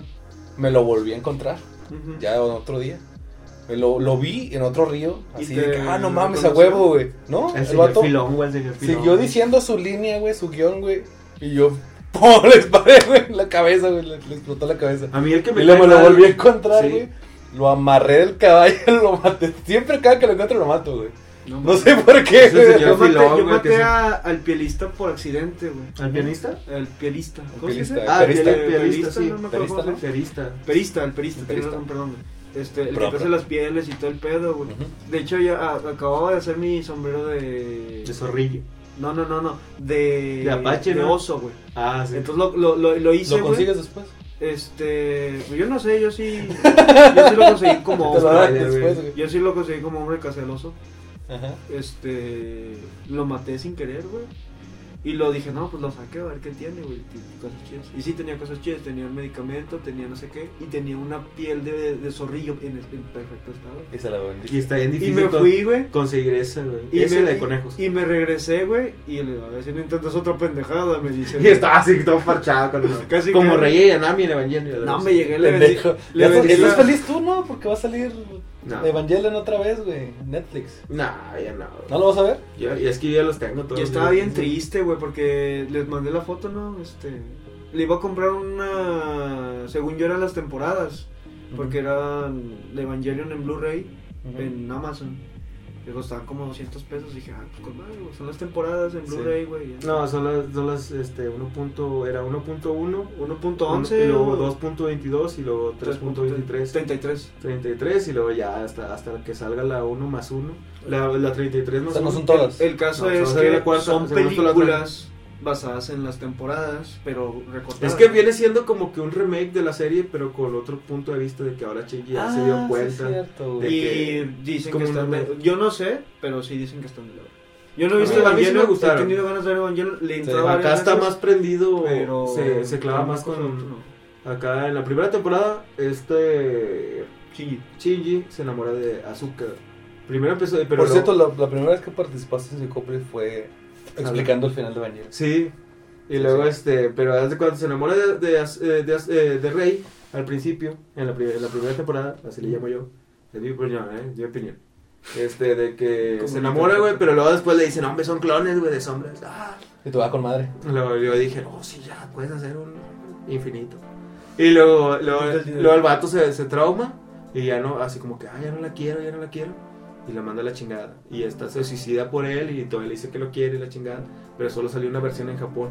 Speaker 3: me lo volví a encontrar,
Speaker 2: Ujú.
Speaker 3: ya en otro día. Me lo, lo vi en otro río,
Speaker 2: ¿Y
Speaker 3: así
Speaker 2: te
Speaker 3: de que, ah, no mames, a
Speaker 2: reconoció?
Speaker 3: huevo, güey. No,
Speaker 1: El
Speaker 3: el
Speaker 1: señor
Speaker 3: vato
Speaker 1: Filón, güey, el señor Filón.
Speaker 3: siguió diciendo su línea, güey, su guión, güey. Y yo, <laughs> ¡pum! Le disparé, güey, en la cabeza, güey, le, le explotó la cabeza.
Speaker 1: A mí el que me
Speaker 3: Y luego
Speaker 1: cae
Speaker 3: me lo
Speaker 1: mal-
Speaker 3: volví a encontrar,
Speaker 1: Sí.
Speaker 3: güey. Lo amarré del caballo, <laughs> lo maté. Siempre cada que lo encuentro lo mato, güey. No sé por qué,
Speaker 1: Ese
Speaker 3: güey.
Speaker 1: señor-
Speaker 2: Yo maté,
Speaker 1: Filón,
Speaker 2: yo
Speaker 1: güey,
Speaker 2: maté
Speaker 1: que sí.
Speaker 2: a- al pielista por accidente, güey.
Speaker 1: ¿Al pianista?
Speaker 2: El pielista. ¿Cómo se
Speaker 3: pielista,
Speaker 2: dice?
Speaker 3: ¿eh?
Speaker 2: Ah,
Speaker 1: Ah, el
Speaker 3: Perista.
Speaker 2: piel-
Speaker 1: pianista,
Speaker 2: pielista,
Speaker 1: sí.
Speaker 2: no me acuerdo
Speaker 3: Perista,
Speaker 2: cómo se
Speaker 3: ¿no?
Speaker 2: dice.
Speaker 1: Perista.
Speaker 2: Perista, el perista,
Speaker 3: El
Speaker 2: tienes
Speaker 3: perista.
Speaker 2: razón, perdón. Este, el
Speaker 3: Pro,
Speaker 2: que te hace
Speaker 3: pro.
Speaker 2: las pieles y todo el pedo, güey.
Speaker 3: Ujú.
Speaker 2: De hecho, ya ah, acababa de hacer mi sombrero de...
Speaker 1: De zorrillo.
Speaker 2: No, no, no, no. De...
Speaker 1: De apache,
Speaker 2: de
Speaker 1: ¿no?
Speaker 2: oso, güey.
Speaker 1: Ah, sí.
Speaker 2: Entonces lo, lo, lo, lo hice,
Speaker 3: ¿Lo
Speaker 2: güey.
Speaker 3: consigues después?
Speaker 2: Este... Yo no sé, yo sí... Yo sí lo conseguí como
Speaker 1: <laughs>
Speaker 3: Te lo
Speaker 1: da-
Speaker 2: hombre.
Speaker 3: dan
Speaker 1: Oh, güey.
Speaker 3: después, güey.
Speaker 2: Yo sí lo conseguí como hombre caseloso.
Speaker 3: Ajá.
Speaker 2: Este. Lo maté sin querer, güey. Y lo dije, no, pues lo saqué a ver qué tiene, güey. tiene Cosas chidas. Y sí, tenía cosas chidas. Tenía un medicamento, tenía no sé qué. Y tenía una piel de, de zorrillo en, en perfecto estado.
Speaker 3: Y se la
Speaker 1: Y
Speaker 3: vendí.
Speaker 1: está bien
Speaker 2: Y
Speaker 1: difícil
Speaker 2: me
Speaker 1: con-
Speaker 2: fui, güey.
Speaker 1: conseguir esa, güey.
Speaker 2: Y
Speaker 1: Ese
Speaker 2: me,
Speaker 1: de conejos.
Speaker 2: y me regresé, güey. Y le digo, a ver si no intentas otra pendejada, me dice.
Speaker 1: <laughs> <laughs> Y estaba así todo parchado con el-
Speaker 2: Casi
Speaker 1: Como
Speaker 2: que-
Speaker 1: Rey Yanami en Evangelion.
Speaker 2: No, me llegué, le vendí.
Speaker 3: Pendejo.
Speaker 2: le
Speaker 3: Ya estás-
Speaker 2: vendí
Speaker 3: estás
Speaker 2: la-
Speaker 3: feliz tú, ¿no? Porque va a salir
Speaker 1: No.
Speaker 3: Evangelion otra vez, güey. Netflix.
Speaker 1: No, ya no.
Speaker 3: ¿No lo vas a ver?
Speaker 1: Yo- y es que yo ya los tengo todos.
Speaker 2: Y estaba bien triste, güey, porque les mandé la foto, ¿no? Este. le iba a comprar una. Según yo, eran las temporadas. Porque eran de Evangelion en Blu-ray
Speaker 3: Ujú.
Speaker 2: en Amazon. Que costaban como 200 pesos. Y dije, ah, pues con madre, güey, Son las temporadas en Blu-ray, güey.
Speaker 1: No, son las, son las este, 1. punto- era 1.1,
Speaker 2: 1.11.
Speaker 1: y luego
Speaker 2: o
Speaker 1: 2.22 y luego 3.23.
Speaker 2: 33.
Speaker 1: 33 y luego ya hasta, hasta que salga la 1 más 1. La, la 33
Speaker 3: O
Speaker 1: más
Speaker 3: sea, no
Speaker 1: 1.
Speaker 3: son todas.
Speaker 2: El caso
Speaker 1: No, se va
Speaker 2: es
Speaker 1: a hacer
Speaker 2: que
Speaker 1: la cuarta,
Speaker 2: son
Speaker 1: se va a hacer la
Speaker 2: películas basadas en las temporadas, pero recortadas.
Speaker 1: Es que viene siendo como que un remake de la serie, pero con otro punto de vista de que ahora Chenji ya se dio
Speaker 3: Ah, sí es
Speaker 1: cuenta.
Speaker 3: cierto, güey.
Speaker 1: de
Speaker 2: Y
Speaker 1: que-
Speaker 2: dicen que
Speaker 1: como
Speaker 2: están
Speaker 1: una-
Speaker 2: de- Yo no sé, pero sí dicen que están de la verga. Yo no he
Speaker 1: A
Speaker 2: visto
Speaker 1: mí- a mí sí
Speaker 2: Evangelion,
Speaker 1: me gustaron.
Speaker 2: he tenido ganas de ver Evangelion, le
Speaker 3: Sí,
Speaker 2: entraba
Speaker 1: Acá está más prendido,
Speaker 2: pero
Speaker 1: se, se clava más con... Acá en la primera temporada, este...
Speaker 2: Sí.
Speaker 1: Shinji se enamora de Azuka. Primero empezó... Pero
Speaker 3: Por
Speaker 1: lo-
Speaker 3: cierto, la, la primera vez que participaste en Psicopre fue explicando el final de Evangelion.
Speaker 1: Sí. Y
Speaker 3: Sí,
Speaker 1: luego
Speaker 3: sí.
Speaker 1: este, pero haz de cuando se enamora de, de, As- eh, de As- eh, de Rey al principio, en la, pri- en la primera temporada, así le llamo yo, es mi opinión, eh, mi opinión. Este, de que
Speaker 2: Como
Speaker 1: se
Speaker 2: que
Speaker 1: enamora,
Speaker 2: te-
Speaker 1: güey, pero luego después le dicen, hombre, son clones, güey, de sombras. Ah.
Speaker 3: Y tú vas con madre.
Speaker 1: Luego yo dije, no, sí, ya, puedes hacer un infinito. Y luego, luego, luego el vato se, se trauma y ya no, así como que, ah, ya no la quiero, ya no la quiero. Y la manda a la chingada. Y esta se suicida por él y todavía le dice que lo quiere y la chingada. Pero solo salió una versión en Japón.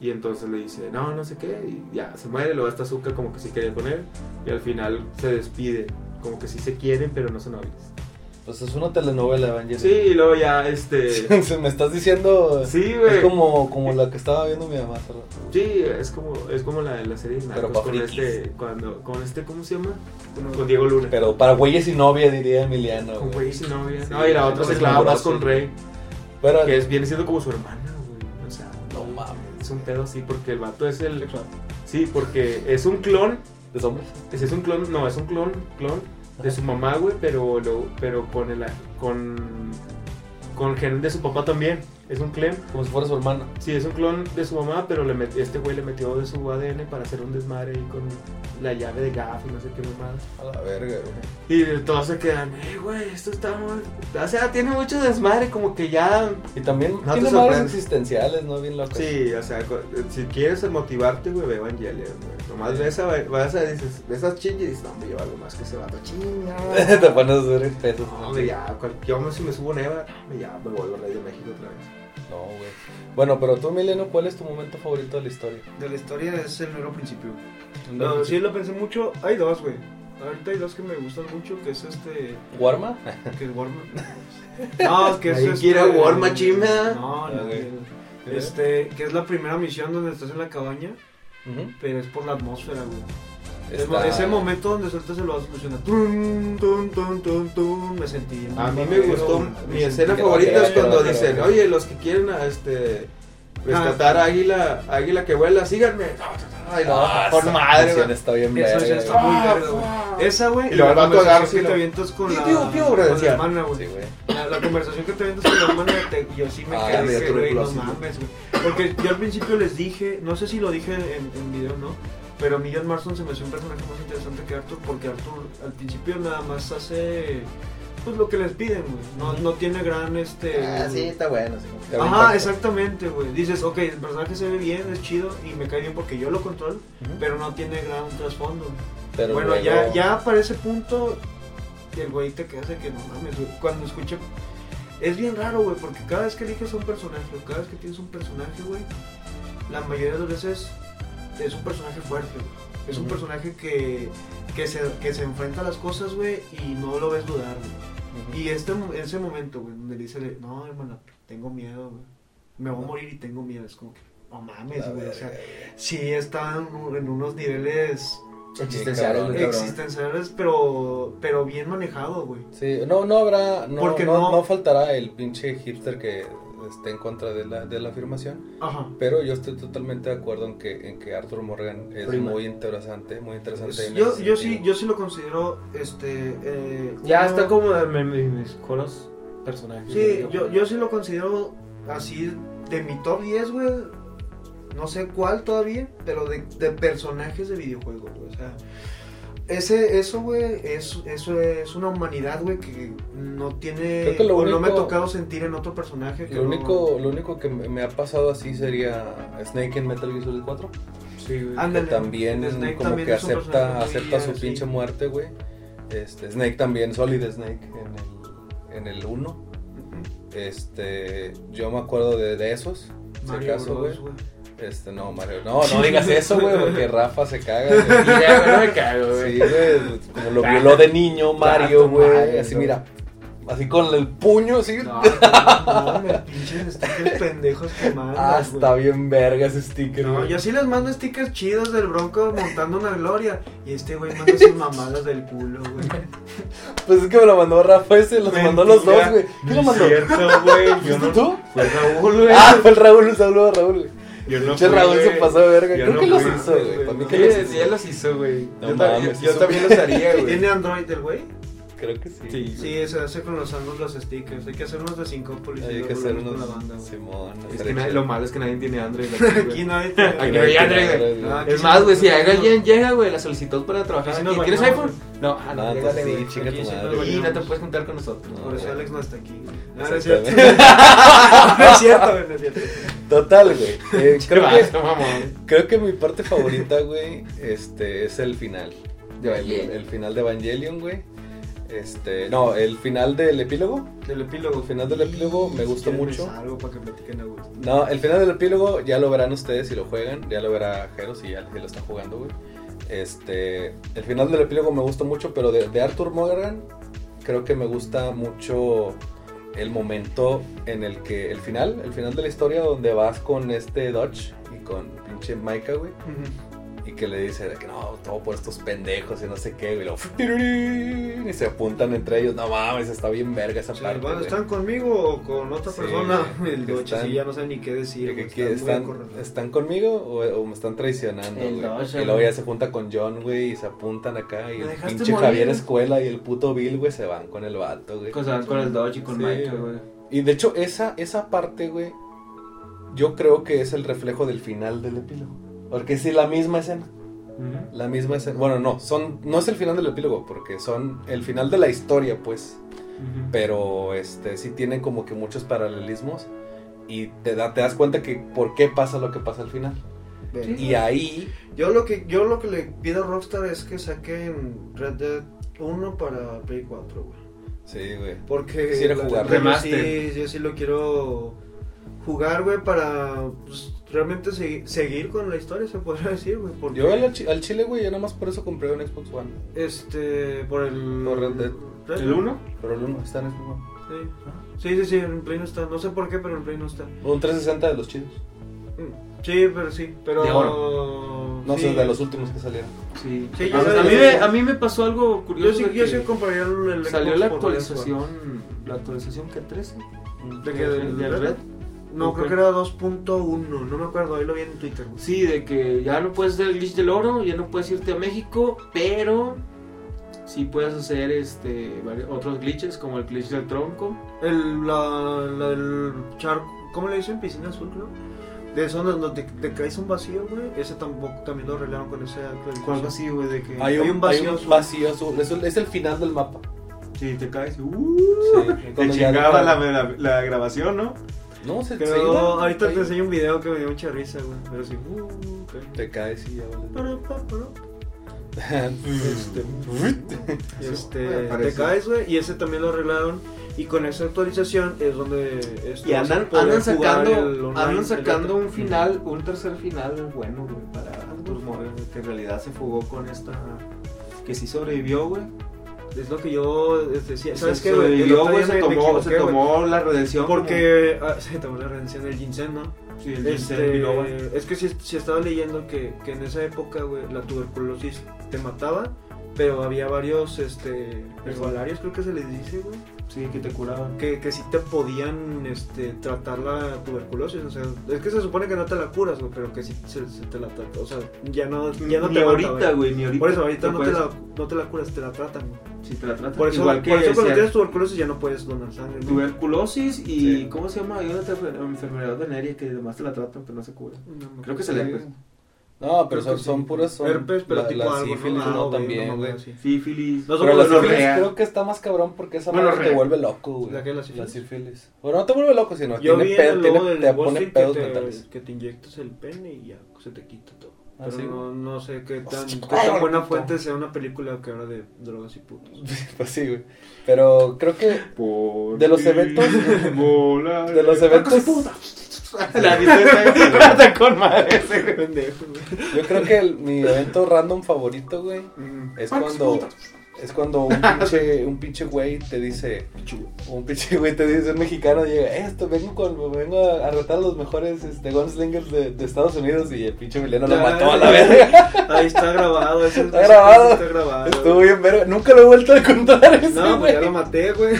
Speaker 1: Y entonces le dice, no, no sé qué. Y ya, se muere, luego está Azúcar como que sí quería con él. Y al final se despide. Como que sí se quieren, pero no son novios.
Speaker 3: Pues es una telenovela Evangelion. <laughs>
Speaker 1: Sí, y luego ya, este...
Speaker 3: Se me estás diciendo.
Speaker 1: Sí, güey.
Speaker 3: Es como, como la que estaba viendo mi mamá hace rato.
Speaker 1: Sí, es como, es como la, la serie de Narcos
Speaker 3: Pero pa'
Speaker 1: con
Speaker 3: frikis.
Speaker 1: este, cuando, con este, ¿cómo se llama? Con Diego Luna.
Speaker 3: Pero para güeyes y novia, diría Emiliano.
Speaker 1: con
Speaker 3: güey.
Speaker 1: güey sin novia.
Speaker 3: Sí,
Speaker 1: no, y la otra
Speaker 3: con
Speaker 1: se
Speaker 3: el
Speaker 1: clava más
Speaker 3: amoroso.
Speaker 1: con Rey,
Speaker 3: Pero,
Speaker 1: que es, viene siendo como su hermana, güey. O sea,
Speaker 3: No mames.
Speaker 1: es un pedo así, porque el vato es el... Sí, porque es un clon,
Speaker 3: ¿De hombres?
Speaker 1: es, es un clon, no, es un clon, clon de su mamá, güey, pero, lo, pero con el... con... con gen de su papá también. Es un clon,
Speaker 3: Como si fuera su hermana.
Speaker 1: Sí, es un clon de su mamá, pero le met- este güey le metió de su ADN para hacer un desmadre ahí con la llave de Gaff y no sé qué mamada.
Speaker 3: A la verga, güey.
Speaker 1: Y todos se quedan, eh, güey, esto está muy... O sea, tiene mucho desmadre, como que ya...
Speaker 3: Y también
Speaker 1: No te
Speaker 3: tiene madres
Speaker 1: sorprendes.
Speaker 3: existenciales, ¿no? Bien locas.
Speaker 1: Sí, o sea, co- si quieres motivarte, güey, ve Evangelion, güey. Nomás ves a, vas a, dices, ves a Chingy y dices, no, hombre, yo algo más que ese vato, chinga.
Speaker 3: <laughs> Te pones a hacer pesos.
Speaker 1: No, hombre, ya, cual- yo si me subo a Neva, no, hombre, ya me vuelvo rey de México otra vez.
Speaker 3: No, güey. Bueno, pero tú, Emiliano, ¿cuál es tu momento favorito de la historia?
Speaker 2: De la historia es el mero principio. No, sí lo pensé mucho. Hay dos, güey. Ahorita hay dos que me gustan mucho, que es este...
Speaker 3: ¿Warma?
Speaker 2: Que es <laughs> Warman. No, que es
Speaker 1: Nadie
Speaker 2: este...
Speaker 1: quiere a Warman, chimba.
Speaker 2: No,
Speaker 3: Ah,
Speaker 2: no,
Speaker 3: güey.
Speaker 2: güey. Este, que es la primera misión donde estás en la cabaña,
Speaker 3: Ujú.
Speaker 2: pero es por la atmósfera, güey. El mo-
Speaker 3: Está-
Speaker 2: Ese momento donde sueltas el vaso funciona. Tun, tun, tun, tun, tun. Me sentí. bien
Speaker 1: A mí me
Speaker 2: mamero,
Speaker 1: gustó,
Speaker 2: me
Speaker 1: mi
Speaker 2: sentí-
Speaker 1: escena
Speaker 3: que-
Speaker 1: favorita
Speaker 3: ok,
Speaker 1: es cuando
Speaker 3: ok,
Speaker 1: dicen,
Speaker 3: ok.
Speaker 1: oye, los que quieren a, este, rescatar a águila, águila que vuela, síganme. Ay, no,
Speaker 3: Ah,
Speaker 1: por
Speaker 3: esa
Speaker 1: madre,
Speaker 3: canción
Speaker 1: güey.
Speaker 3: Está bien
Speaker 2: Esa
Speaker 3: verga,
Speaker 2: ya
Speaker 3: güey.
Speaker 2: está muy verga, güey. Esa, güey.
Speaker 1: Y luego el vato
Speaker 2: conversación
Speaker 1: agarra y
Speaker 2: que
Speaker 1: lo-
Speaker 2: te avientas con
Speaker 1: Piu,
Speaker 2: la,
Speaker 1: piu, piu,
Speaker 2: con la
Speaker 1: decía.
Speaker 2: hermana, güey.
Speaker 3: Sí, güey.
Speaker 2: La, la conversación que te avientas con la hermana, te- yo sí me
Speaker 3: Ah,
Speaker 2: quedé,
Speaker 3: me
Speaker 2: dije,
Speaker 1: dio
Speaker 2: güey, no
Speaker 1: tuberculosis, güey.
Speaker 2: mames, güey. Porque yo al principio les dije, no sé si lo dije en, en video, ¿no? Pero a mí John Marston se me hace un personaje más interesante que Arthur, porque Arthur al principio nada más hace pues lo que les piden, güey. No, no tiene gran este.
Speaker 1: está bueno. Ah, sí.
Speaker 3: Te
Speaker 2: Ajá,
Speaker 3: avientas.
Speaker 2: exactamente, güey. Dices, ok, el personaje se ve bien, es chido y me cae bien porque yo lo controlo,
Speaker 3: Ujú.
Speaker 2: pero no tiene gran trasfondo.
Speaker 3: Pero
Speaker 2: bueno,
Speaker 3: luego-
Speaker 2: ya, ya para ese punto, el güey te quedas de que no mames, güey. Cuando escucha. Es bien raro, güey, porque cada vez que eliges a un personaje, o cada vez que tienes un personaje, güey, la mayoría de las veces es un personaje fuerte, güey. Es un
Speaker 3: Ujú.
Speaker 2: personaje que, que, se, que se enfrenta a las cosas, güey, y no lo ves dudar, güey.
Speaker 3: Ujú.
Speaker 2: Y este, mo- ese momento, güey, donde le dice, le- no, hermano, tengo miedo, güey. Me voy a morir y tengo miedo. Es como que, no mames,
Speaker 3: La
Speaker 2: güey. O
Speaker 3: verga,
Speaker 2: sea,
Speaker 3: güey.
Speaker 2: sí está en, un- en unos niveles
Speaker 1: Existencial,
Speaker 3: Bien,
Speaker 1: cabrón.
Speaker 2: existenciales, pero, pero bien manejado, güey.
Speaker 3: Sí, no, no habrá, no,
Speaker 2: Porque
Speaker 3: no,
Speaker 2: no-
Speaker 3: no faltará el pinche hipster que esté en contra de la, de la afirmación,
Speaker 2: Ajá.
Speaker 3: pero yo estoy totalmente de acuerdo en que, en que Arthur Morgan es
Speaker 1: Freeman.
Speaker 3: muy interesante, muy interesante.
Speaker 2: Pues
Speaker 3: en
Speaker 2: yo,
Speaker 3: ese
Speaker 2: yo sí,
Speaker 3: sentido.
Speaker 2: yo sí lo considero, este... eh,
Speaker 1: Ya
Speaker 2: uno-
Speaker 1: está como me- me- mis coros personajes.
Speaker 2: Sí, yo, yo sí lo considero así de mi top 10, güey. No sé cuál todavía, pero de, de personajes de videojuegos, güey. O sea, ese, eso, güey, es, eso es una humanidad, güey, que no tiene.
Speaker 3: Creo que lo
Speaker 2: o no me ha
Speaker 3: único-
Speaker 2: tocado sentir en otro personaje. Que
Speaker 3: Lo
Speaker 2: no-
Speaker 3: único, lo único que me me ha pasado así sería Snake en Metal Gear Solid 4.
Speaker 2: Sí,
Speaker 1: Sí, güey.
Speaker 3: Que
Speaker 2: Ándale.
Speaker 3: también
Speaker 2: Snake
Speaker 3: como
Speaker 2: también
Speaker 3: que
Speaker 2: es un
Speaker 3: acepta,
Speaker 2: personaje muy,
Speaker 3: acepta su
Speaker 2: así.
Speaker 3: pinche muerte, güey. Este, Snake también, Solid Snake en el, en el 1. Este, yo me acuerdo de, de esos. Si
Speaker 2: Mario
Speaker 3: acaso,
Speaker 2: Bros,
Speaker 3: güey.
Speaker 2: güey.
Speaker 3: Este, no, Mario, no,
Speaker 2: <laughs>
Speaker 3: no digas eso, güey, porque Rafa se caga. güey.
Speaker 1: Ya, güey, no me cago, güey.
Speaker 3: Sí, güey, como lo violó de niño Mario,
Speaker 1: Gato,
Speaker 3: güey.
Speaker 1: Mario,
Speaker 3: Así,
Speaker 1: no.
Speaker 3: mira, así con el puño, así. <laughs>
Speaker 1: No,
Speaker 2: No, me pinches stickers pendejos que mandan.
Speaker 3: Ah, está
Speaker 2: güey.
Speaker 3: bien verga ese sticker,
Speaker 2: No,
Speaker 3: güey.
Speaker 2: yo sí les mando stickers chidos del Bronco montando una gloria. Y este güey manda sus mamadas del culo,
Speaker 3: <laughs>
Speaker 2: güey.
Speaker 3: Pues es que me lo mandó Rafa ese, los
Speaker 2: Mentira.
Speaker 3: mandó los dos, güey.
Speaker 2: No
Speaker 3: ¿Quién lo
Speaker 2: es
Speaker 3: mandó?
Speaker 2: cierto, güey. Yo
Speaker 3: ¿Fuiste
Speaker 2: no,
Speaker 3: tú?
Speaker 2: Fue Raúl, güey.
Speaker 3: Ah, fue el Raúl, un saludo a Raúl, güey.
Speaker 2: yo no
Speaker 3: Pinche
Speaker 2: fui,
Speaker 3: Raúl se
Speaker 2: güey.
Speaker 3: pasó de verga.
Speaker 2: Yo
Speaker 3: Creo
Speaker 2: no
Speaker 3: que los
Speaker 2: fui,
Speaker 3: hizo,
Speaker 2: güey,
Speaker 3: güey. Para mí
Speaker 2: no.
Speaker 3: que
Speaker 1: Sí,
Speaker 3: los
Speaker 1: sí,
Speaker 3: hizo.
Speaker 1: él los hizo, güey.
Speaker 3: No
Speaker 1: yo, también-
Speaker 3: mames,
Speaker 1: yo
Speaker 3: hizo-
Speaker 1: también los haría, güey.
Speaker 2: ¿Tiene Android el güey?
Speaker 3: Creo que sí.
Speaker 1: Sí, güey.
Speaker 2: Sí, se hace con los ángulos los stickers. Hay que hacer unos de Sincópolis. y
Speaker 3: Hay
Speaker 2: luego
Speaker 3: que hacer
Speaker 2: volvemos con
Speaker 3: unos.
Speaker 2: la banda, güey.
Speaker 3: Simón,
Speaker 1: Es
Speaker 3: estaría
Speaker 1: que nadie-
Speaker 3: chido.
Speaker 1: lo malo es que nadie tiene <laughs> Android.
Speaker 2: Aquí
Speaker 1: güey.
Speaker 3: <laughs>
Speaker 2: no hay.
Speaker 1: Aquí no hay Android, güey.
Speaker 2: Ah,
Speaker 1: Es más, güey, si alguien llega, güey, la solicitud para trabajar.
Speaker 2: Sí,
Speaker 1: aquí.
Speaker 2: nos
Speaker 1: ¿Tienes
Speaker 2: bañamos,
Speaker 1: iPhone? No, ah,
Speaker 3: No,
Speaker 1: no,
Speaker 3: entonces
Speaker 1: llégale,
Speaker 3: sí,
Speaker 1: güey.
Speaker 3: chinga tu
Speaker 1: Aquí sí
Speaker 3: madre,
Speaker 1: nos
Speaker 2: güey.
Speaker 1: Y no te puedes juntar con <laughs> nosotros.
Speaker 3: No,
Speaker 2: Por eso
Speaker 3: güey.
Speaker 2: Alex no está aquí. güey. No, no es cierto. <laughs>
Speaker 3: Exactamente.
Speaker 2: No es cierto, güey, no es cierto.
Speaker 3: Total,
Speaker 2: <laughs>
Speaker 3: güey. Eh,
Speaker 1: <laughs>
Speaker 3: creo, que,
Speaker 1: Basta, mamón.
Speaker 3: creo que mi parte favorita, güey, este, es el final. El,
Speaker 1: Evangelion.
Speaker 3: el final de Evangelion, güey. Este, no, el final del epílogo.
Speaker 2: Del epílogo.
Speaker 3: El final del epílogo me gusta
Speaker 2: Si quieres,
Speaker 3: mucho.
Speaker 2: me salgo para que platiquen a gusto.
Speaker 3: No, el final del epílogo ya lo verán ustedes si lo juegan, ya lo verá Jero si ya, ya lo está jugando, güey. Este, el final del epílogo me gusta mucho, pero de, de Arthur Morgan creo que me gusta mucho el momento en el que, el final, el final de la historia donde vas con este Dodge y con pinche Micah, güey, y que le dice de que no, todo por estos pendejos y no sé qué, güey, luego, y se apuntan entre ellos, no mames, está bien verga esa
Speaker 2: O sea,
Speaker 3: parte,
Speaker 2: igual
Speaker 3: güey.
Speaker 2: ¿Están conmigo o con otra
Speaker 3: Sí,
Speaker 2: persona?
Speaker 3: güey,
Speaker 2: El
Speaker 3: <laughs> que
Speaker 2: Doche
Speaker 3: están-
Speaker 2: sí ya no sabe ni qué decir.
Speaker 3: Que-
Speaker 2: güey,
Speaker 3: que- que
Speaker 2: está muy
Speaker 3: están,
Speaker 2: acorralado.
Speaker 3: están conmigo o, o me están traicionando,
Speaker 1: El
Speaker 3: güey?
Speaker 1: Dodge,
Speaker 3: Y luego
Speaker 1: güey.
Speaker 3: ya se junta con John, güey, y se apuntan acá. Y
Speaker 2: Me
Speaker 3: el
Speaker 2: dejaste
Speaker 3: pinche
Speaker 2: morir.
Speaker 3: Javier Escuela y el puto Bill, güey, se van con el vato, güey.
Speaker 1: Cosas con el Dodge y con
Speaker 3: Sí.
Speaker 1: Michael, güey.
Speaker 3: Y de hecho, esa, esa parte, güey, yo creo que es el reflejo del final del epílogo. Porque sí, la misma escena. La misma escena. Bueno, no, son, no es el final del epílogo, porque son el final de la historia, pues.
Speaker 1: Ujú.
Speaker 3: Pero este sí tiene como que muchos paralelismos. Y te, da, te das cuenta que por qué pasa lo que pasa al final.
Speaker 2: Ven.
Speaker 3: Y ahí
Speaker 2: Yo lo que yo lo que le pido a Rockstar es que saquen Red Dead 1 para Play 4, güey.
Speaker 3: Sí, güey.
Speaker 2: Porque
Speaker 3: Quisiera
Speaker 2: la
Speaker 3: jugar.
Speaker 2: neta, yo
Speaker 1: Remaster.
Speaker 2: sí, yo sí lo quiero jugar, güey, para pues, realmente se- seguir con la historia, se podría decir, güey. Porque,
Speaker 3: Yo al, chi- al Chile, güey, yo nada más por eso compré un Xbox One.
Speaker 2: Este, por el...
Speaker 3: Por Red Dead.
Speaker 2: Red
Speaker 1: ¿El
Speaker 2: Dead,
Speaker 1: 1?
Speaker 3: Pero el uno está en Xbox One.
Speaker 2: Sí. sí, sí, sí, en Play no está. No sé por qué, pero en Play no está.
Speaker 3: Un 360 de los chidos.
Speaker 2: Mm, Sí, pero sí, pero...
Speaker 1: De
Speaker 3: No
Speaker 2: sí.
Speaker 3: sé, de los últimos que salieron.
Speaker 1: Sí.
Speaker 2: Sí,
Speaker 1: a,
Speaker 2: yo sé-
Speaker 1: a mí me, a mí me pasó algo curioso.
Speaker 2: Yo sí,
Speaker 1: de
Speaker 2: yo
Speaker 1: que
Speaker 2: sí compraría el... el
Speaker 1: salió
Speaker 2: Xbox
Speaker 1: la
Speaker 2: por eso.
Speaker 1: actualización. La actualización que 13.
Speaker 2: ¿De qué? ¿Del
Speaker 1: ¿Del
Speaker 2: Red?
Speaker 1: Red?
Speaker 2: No, creo que era 2.1, no me acuerdo, ahí lo vi en Twitter. güey.
Speaker 1: Sí, de que ya no puedes hacer el glitch del oro, ya no puedes irte a México, pero sí puedes hacer este varios- otros glitches como el glitch del tronco.
Speaker 2: El, la, la del charco, ¿cómo le dicen? Piscina azul, creo. De eso donde te, te caes un vacío, güey. Ese tampoco, también lo arreglaron con ese.
Speaker 1: ¿Cuál así, güey? De que
Speaker 2: Hay un vacío azul.
Speaker 3: vacío azul. Es, el- es el final del mapa.
Speaker 1: si te caes, uh,
Speaker 3: Sí.
Speaker 1: te
Speaker 3: Cuando ya
Speaker 1: chingaba la,
Speaker 3: dejaron-
Speaker 1: la- la grabación, ¿no?
Speaker 3: No, se
Speaker 2: Quedó-
Speaker 3: se iba.
Speaker 2: ahorita
Speaker 3: Ahí.
Speaker 2: te enseño un video que me dio mucha risa, güey. Pero sí, uh, ok.
Speaker 3: Te caes y ya vale.
Speaker 2: Para,
Speaker 3: <laughs> Este,
Speaker 2: pa, para.
Speaker 1: Sí,
Speaker 2: Este,
Speaker 1: me
Speaker 2: te
Speaker 1: parece.
Speaker 2: caes, güey. Y ese también lo arreglaron. Y con esa actualización es donde. este,
Speaker 1: Y
Speaker 2: vas a
Speaker 1: andan,
Speaker 2: poder
Speaker 1: andan
Speaker 2: jugar
Speaker 1: sacando,
Speaker 2: el online,
Speaker 1: andan
Speaker 2: el
Speaker 1: sacando
Speaker 2: otro.
Speaker 1: un final, un tercer final bueno, güey, para Arthur Morgan, güey, que en realidad se fugó con esta, que sí sobrevivió, güey.
Speaker 2: Es lo que yo este, decía. ¿Sabes
Speaker 1: Se
Speaker 2: qué, güey? El
Speaker 1: sobrevivió,
Speaker 2: otro
Speaker 1: güey,
Speaker 2: día
Speaker 1: se
Speaker 2: me- me
Speaker 1: tomó, se
Speaker 2: equivoqué, güey.
Speaker 1: tomó la redención.
Speaker 2: Porque ah, <laughs> se tomó la redención del ginseng, ¿no?
Speaker 1: como- sí, el Vincent Vilova.
Speaker 2: Este, es que si, si estaba leyendo que, que en esa época, güey, la tuberculosis te mataba, pero había varios, este, resbalarios, creo que se les dice, güey,
Speaker 1: Sí, que te curaban.
Speaker 2: que, que sí te podían, este, tratar la tuberculosis, o sea, es que se supone que no te la curas, güey, pero que sí se, se te la trata, o sea, ya no, ya no
Speaker 1: ni
Speaker 2: te mata,
Speaker 1: ahorita,
Speaker 2: güey.
Speaker 1: güey, ni ahorita.
Speaker 2: Por eso, ahorita no te,
Speaker 1: puedes-
Speaker 2: la, no te la curas, te la tratan, güey.
Speaker 1: Si te la tratan.
Speaker 2: Por eso,
Speaker 1: Igual
Speaker 2: por eso
Speaker 1: que
Speaker 2: cuando
Speaker 1: si-
Speaker 2: tienes tuberculosis ya no puedes donar sangre, güey.
Speaker 1: tuberculosis y
Speaker 3: Sí.
Speaker 1: ¿cómo se llama? Hay una enfer- enfermedad venérea que además te la tratan pero no se cura.
Speaker 2: No, no.
Speaker 1: Creo que se le pues,
Speaker 3: No, pero
Speaker 2: Creo
Speaker 3: son,
Speaker 2: que
Speaker 3: son
Speaker 2: sí.
Speaker 3: puras. Son
Speaker 2: herpes, pero
Speaker 3: la-
Speaker 2: tipo
Speaker 3: la
Speaker 2: algo, ¿no?
Speaker 3: sífilis,
Speaker 2: Ah,
Speaker 3: no,
Speaker 2: güey,
Speaker 3: también,
Speaker 2: no,
Speaker 3: güey.
Speaker 2: sí.
Speaker 1: sífilis.
Speaker 2: No son
Speaker 3: Pero la
Speaker 2: gonorrea.
Speaker 3: sífilis creo que está más cabrón porque esa madre
Speaker 1: Gonorrea.
Speaker 3: te vuelve loco, güey.
Speaker 2: ¿La qué, la sífilis?
Speaker 3: sífilis. Bueno, no te vuelve loco, sino
Speaker 2: Yo
Speaker 3: tiene
Speaker 2: vi en
Speaker 3: pedo-
Speaker 2: el
Speaker 3: tiene-
Speaker 2: logo del
Speaker 3: te
Speaker 2: Wall
Speaker 3: pone
Speaker 2: Street
Speaker 3: pedos
Speaker 2: que te,
Speaker 3: mentales.
Speaker 2: que te inyectas el pene y ya se te quita todo.
Speaker 3: Ah, sí,
Speaker 2: Pero
Speaker 3: güey.
Speaker 2: no, no sé qué tan,
Speaker 3: Hostia,
Speaker 2: qué tan buena
Speaker 3: puto.
Speaker 2: fuente sea una película que habla de drogas y putos.
Speaker 3: Pues <laughs> sí, güey. Pero creo que
Speaker 1: Por
Speaker 3: De los
Speaker 1: ti <laughs>
Speaker 3: eventos-
Speaker 1: volaré.
Speaker 3: de
Speaker 1: <laughs>
Speaker 3: los
Speaker 1: ¡Tacos y
Speaker 3: eventos.
Speaker 1: puta!
Speaker 2: La
Speaker 3: <laughs>
Speaker 2: dice
Speaker 3: con madre ese, güey.
Speaker 2: pendejo, güey.
Speaker 3: Yo creo que el- mi evento random favorito, güey,
Speaker 2: Mm.
Speaker 3: es
Speaker 1: ¡Tacos y
Speaker 3: cuando
Speaker 1: puta!
Speaker 3: es cuando
Speaker 2: <laughs>
Speaker 3: un pinche un pinche güey te dice, un pinche güey te dice un mexicano llega, "Eh, esto vengo con vengo a, a retar a los mejores este gunslingers de, de Estados Unidos y el pinche Emiliano lo
Speaker 2: Ya,
Speaker 3: mató a la
Speaker 2: ya.
Speaker 3: verga.
Speaker 2: Ahí está grabado. ese-
Speaker 3: Está
Speaker 2: ese-
Speaker 3: grabado.
Speaker 2: Está grabado.
Speaker 3: Estuvo bien verga. Nunca lo he vuelto a encontrar ese,
Speaker 2: No, pues
Speaker 3: güey.
Speaker 2: ya lo maté,
Speaker 3: <laughs>
Speaker 2: güey.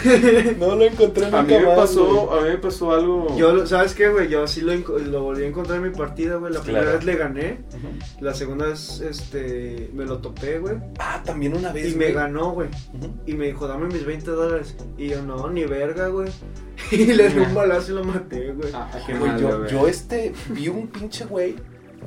Speaker 3: No lo encontré nunca
Speaker 1: A mí me
Speaker 3: más, güey.
Speaker 1: pasó, a mí me pasó algo.
Speaker 2: Yo, lo- ¿sabes qué, güey? Yo sí lo, enco- lo volví a encontrar en mi partida, güey. La primera
Speaker 3: Claro.
Speaker 2: vez le gané.
Speaker 3: Ujú.
Speaker 2: La segunda vez, este, me lo topé, güey.
Speaker 3: Ah, también una vez,
Speaker 2: Y me
Speaker 3: güey.
Speaker 2: ganó, güey.
Speaker 3: Ujú.
Speaker 2: Y me dijo, dame mis 20 dólares. Y yo, no, ni verga, güey. <laughs> Y le di un balazo y lo maté, güey.
Speaker 1: Ah, qué
Speaker 3: Güey,
Speaker 1: mal,
Speaker 3: yo,
Speaker 1: güey.
Speaker 3: yo, este vi un pinche güey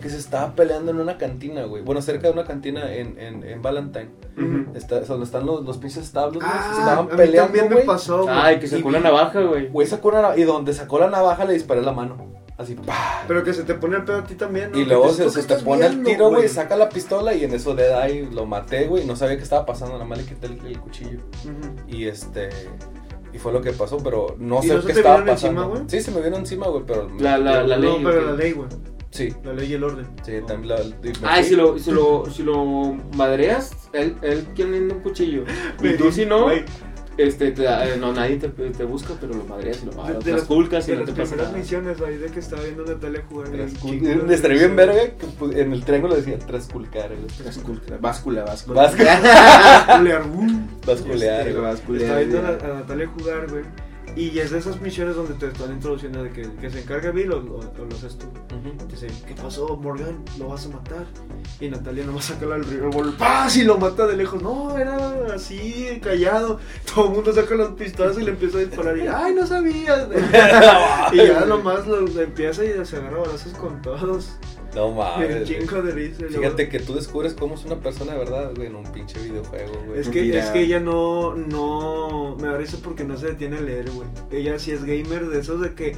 Speaker 3: que se estaba peleando en una cantina, güey. Bueno, cerca de una cantina en, en, en Valentine.
Speaker 1: Ujú.
Speaker 3: Está, es donde están los, los pinches establos, güey. se
Speaker 2: Mm. Ah,
Speaker 3: estaban
Speaker 2: a mí
Speaker 3: peleando,
Speaker 2: también me
Speaker 3: güey.
Speaker 2: pasó, güey.
Speaker 1: Ay, que sacó una navaja, güey.
Speaker 3: Güey sacó una navaja y donde sacó la navaja le disparé la mano. Así, pa.
Speaker 2: Pero que se te pone el pedo a ti también, ¿no?
Speaker 3: Y
Speaker 2: Que
Speaker 3: luego
Speaker 2: dices,
Speaker 3: se,
Speaker 2: "¿Tú
Speaker 3: se
Speaker 2: qué
Speaker 3: te
Speaker 2: estás
Speaker 3: pone el
Speaker 2: viendo,
Speaker 3: tiro, güey,
Speaker 2: güey?"
Speaker 3: saca la pistola y en eso de ahí lo maté, güey. No sabía qué estaba pasando, nada más le quité el, el cuchillo.
Speaker 2: Ujú.
Speaker 3: Y este. Y fue lo que pasó, pero no
Speaker 2: ¿Y
Speaker 3: sé
Speaker 2: no se
Speaker 3: qué
Speaker 2: te
Speaker 3: estaba
Speaker 2: vieron encima,
Speaker 3: pasando.
Speaker 2: güey?
Speaker 3: sí, se me vieron encima, güey, pero.
Speaker 1: La, la, la
Speaker 2: no,
Speaker 1: ley.
Speaker 2: pero
Speaker 1: güey.
Speaker 2: la ley, güey.
Speaker 3: Sí,
Speaker 2: La ley y el orden.
Speaker 3: sí, también la. me
Speaker 1: Ay,
Speaker 3: fui.
Speaker 1: si lo, si lo, si lo madreas, él, él tiene un <laughs> cuchillo. Y tú si no,
Speaker 2: Güey,
Speaker 1: este, te da- eh, no, nadie te, te busca, pero lo madreas y lo
Speaker 4: Ah,
Speaker 2: de-
Speaker 1: matas.
Speaker 2: de
Speaker 1: Las
Speaker 2: las-
Speaker 1: culcas y
Speaker 2: de
Speaker 1: no
Speaker 2: las
Speaker 1: te pasa
Speaker 2: primeras
Speaker 1: nada.
Speaker 2: misiones, ahí de que estaba viendo una tele jugar. güey,
Speaker 3: Trascul-
Speaker 2: chingo de
Speaker 3: Estaría bien
Speaker 2: misiones.
Speaker 3: verga que pu- en el triángulo decía trasculcar, güey.
Speaker 1: Las culcas, Báscula, báscula.
Speaker 3: Vas, <laughs>
Speaker 2: Basculear, boom.
Speaker 3: vasculear,
Speaker 1: Este,
Speaker 3: güey.
Speaker 1: basculear,
Speaker 2: Estaba viendo a,
Speaker 1: güey.
Speaker 2: a Natalia jugar, güey. Y es de esas misiones donde te están introduciendo de que, que se encarga Bill o, o, o lo haces tú.
Speaker 3: Ujú.
Speaker 2: Dice, ¿qué pasó, Morgan? ¿Lo vas a matar? Y Natalia nomás saca el revólver, ¡paz! Y lo mata de lejos. No, era así, callado. <laughs> Todo el mundo saca las pistolas y le empieza a disparar. Y, ¡ay, no sabías! <laughs> y ya nomás lo, lo empieza y se agarra balazos con todos.
Speaker 3: No
Speaker 2: El
Speaker 3: mames. güey.
Speaker 2: chingo de risa. y luego-
Speaker 3: Fíjate que tú descubres cómo es una persona de verdad, güey, en un pinche videojuego, güey.
Speaker 2: Es que,
Speaker 1: Mira.
Speaker 2: es que ella no, no, me da risa porque no se detiene a leer, güey. Ella sí es gamer de esos de que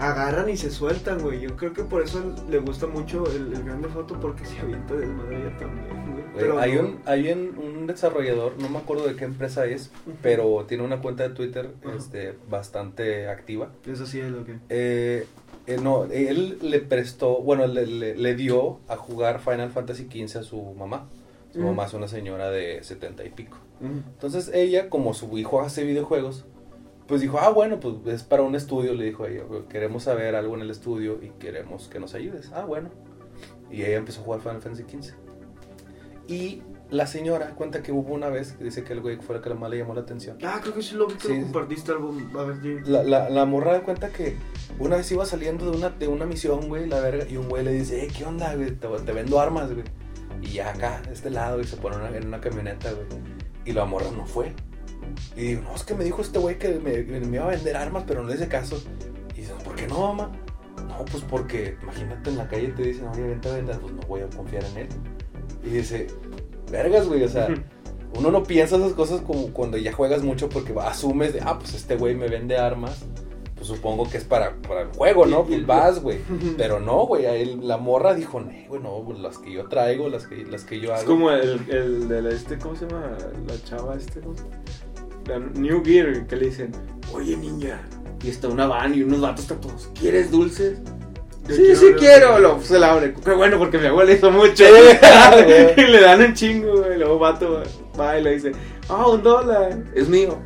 Speaker 2: agarran y se sueltan, güey. Yo creo que por eso le gusta mucho el, el grande foto porque se avienta desmadre ella también, güey.
Speaker 3: Güey, hay
Speaker 2: no.
Speaker 3: un, hay un, un desarrollador, no me acuerdo de qué empresa es,
Speaker 2: Ujú.
Speaker 3: pero tiene una cuenta de Twitter
Speaker 2: Ajá.
Speaker 3: este, bastante activa.
Speaker 2: Eso sí es lo que...
Speaker 3: Eh, eh, no, él le prestó, bueno, le, le- le dio a jugar Final Fantasy XV a su mamá. Su
Speaker 2: Ujú.
Speaker 3: mamá es una señora de setenta y pico. Entonces ella, como su hijo hace videojuegos, pues dijo, ah, bueno, pues es para un estudio, le dijo a ella, "Pues, queremos saber algo en el estudio y queremos que nos ayudes. Ah, bueno. Y ella empezó a jugar Final Fantasy XV. Y la señora cuenta que hubo una vez que dice que el güey fue el que más le llamó la atención.
Speaker 2: Ah, creo que sí lo vi que
Speaker 3: Sí.
Speaker 2: lo compartiste algo. A ver, Jimmy.
Speaker 3: La, la, la morra da cuenta que una vez iba saliendo de una, de una misión, güey, la verga, y un güey le dice, eh, ¿qué onda, güey? Te, te vendo armas, güey. Y ya acá, de este lado, y se pone una- en una camioneta, güey. Y la morra no fue. Y digo, no, es que me dijo este güey que me, me iba a vender armas, pero no le hice caso. Y dice, ¿por qué no, mamá? No, pues porque, imagínate, en la calle te dicen, oye, vente a vender, pues no voy a confiar en él. Y dice, vergas, güey, o sea, uno no piensa esas cosas como cuando ya juegas mucho porque asumes de, ah, pues este güey me vende armas, pues supongo que es para, para el juego, ¿no?
Speaker 1: Y- y-
Speaker 3: Pues vas, güey. Pero no, güey, a él- la morra dijo, "Nee, güey, no, güey, las que yo traigo, las que, las que yo hago.
Speaker 1: Es como el, el de la este, ¿cómo se llama? La chava este, ¿cómo se llama? La New Gear, que le dicen, oye niña, y está una van y unos vatos tatuados, ¿quieres dulces?
Speaker 2: Yo
Speaker 1: sí,
Speaker 2: quiero
Speaker 1: sí
Speaker 2: ver-
Speaker 1: quiero, lo, se la abre, qué bueno porque mi abuela hizo mucho, <laughs>
Speaker 3: Sí.
Speaker 1: y le dan un chingo, güey, luego vato va y le dice, ah, un dólar, es mío.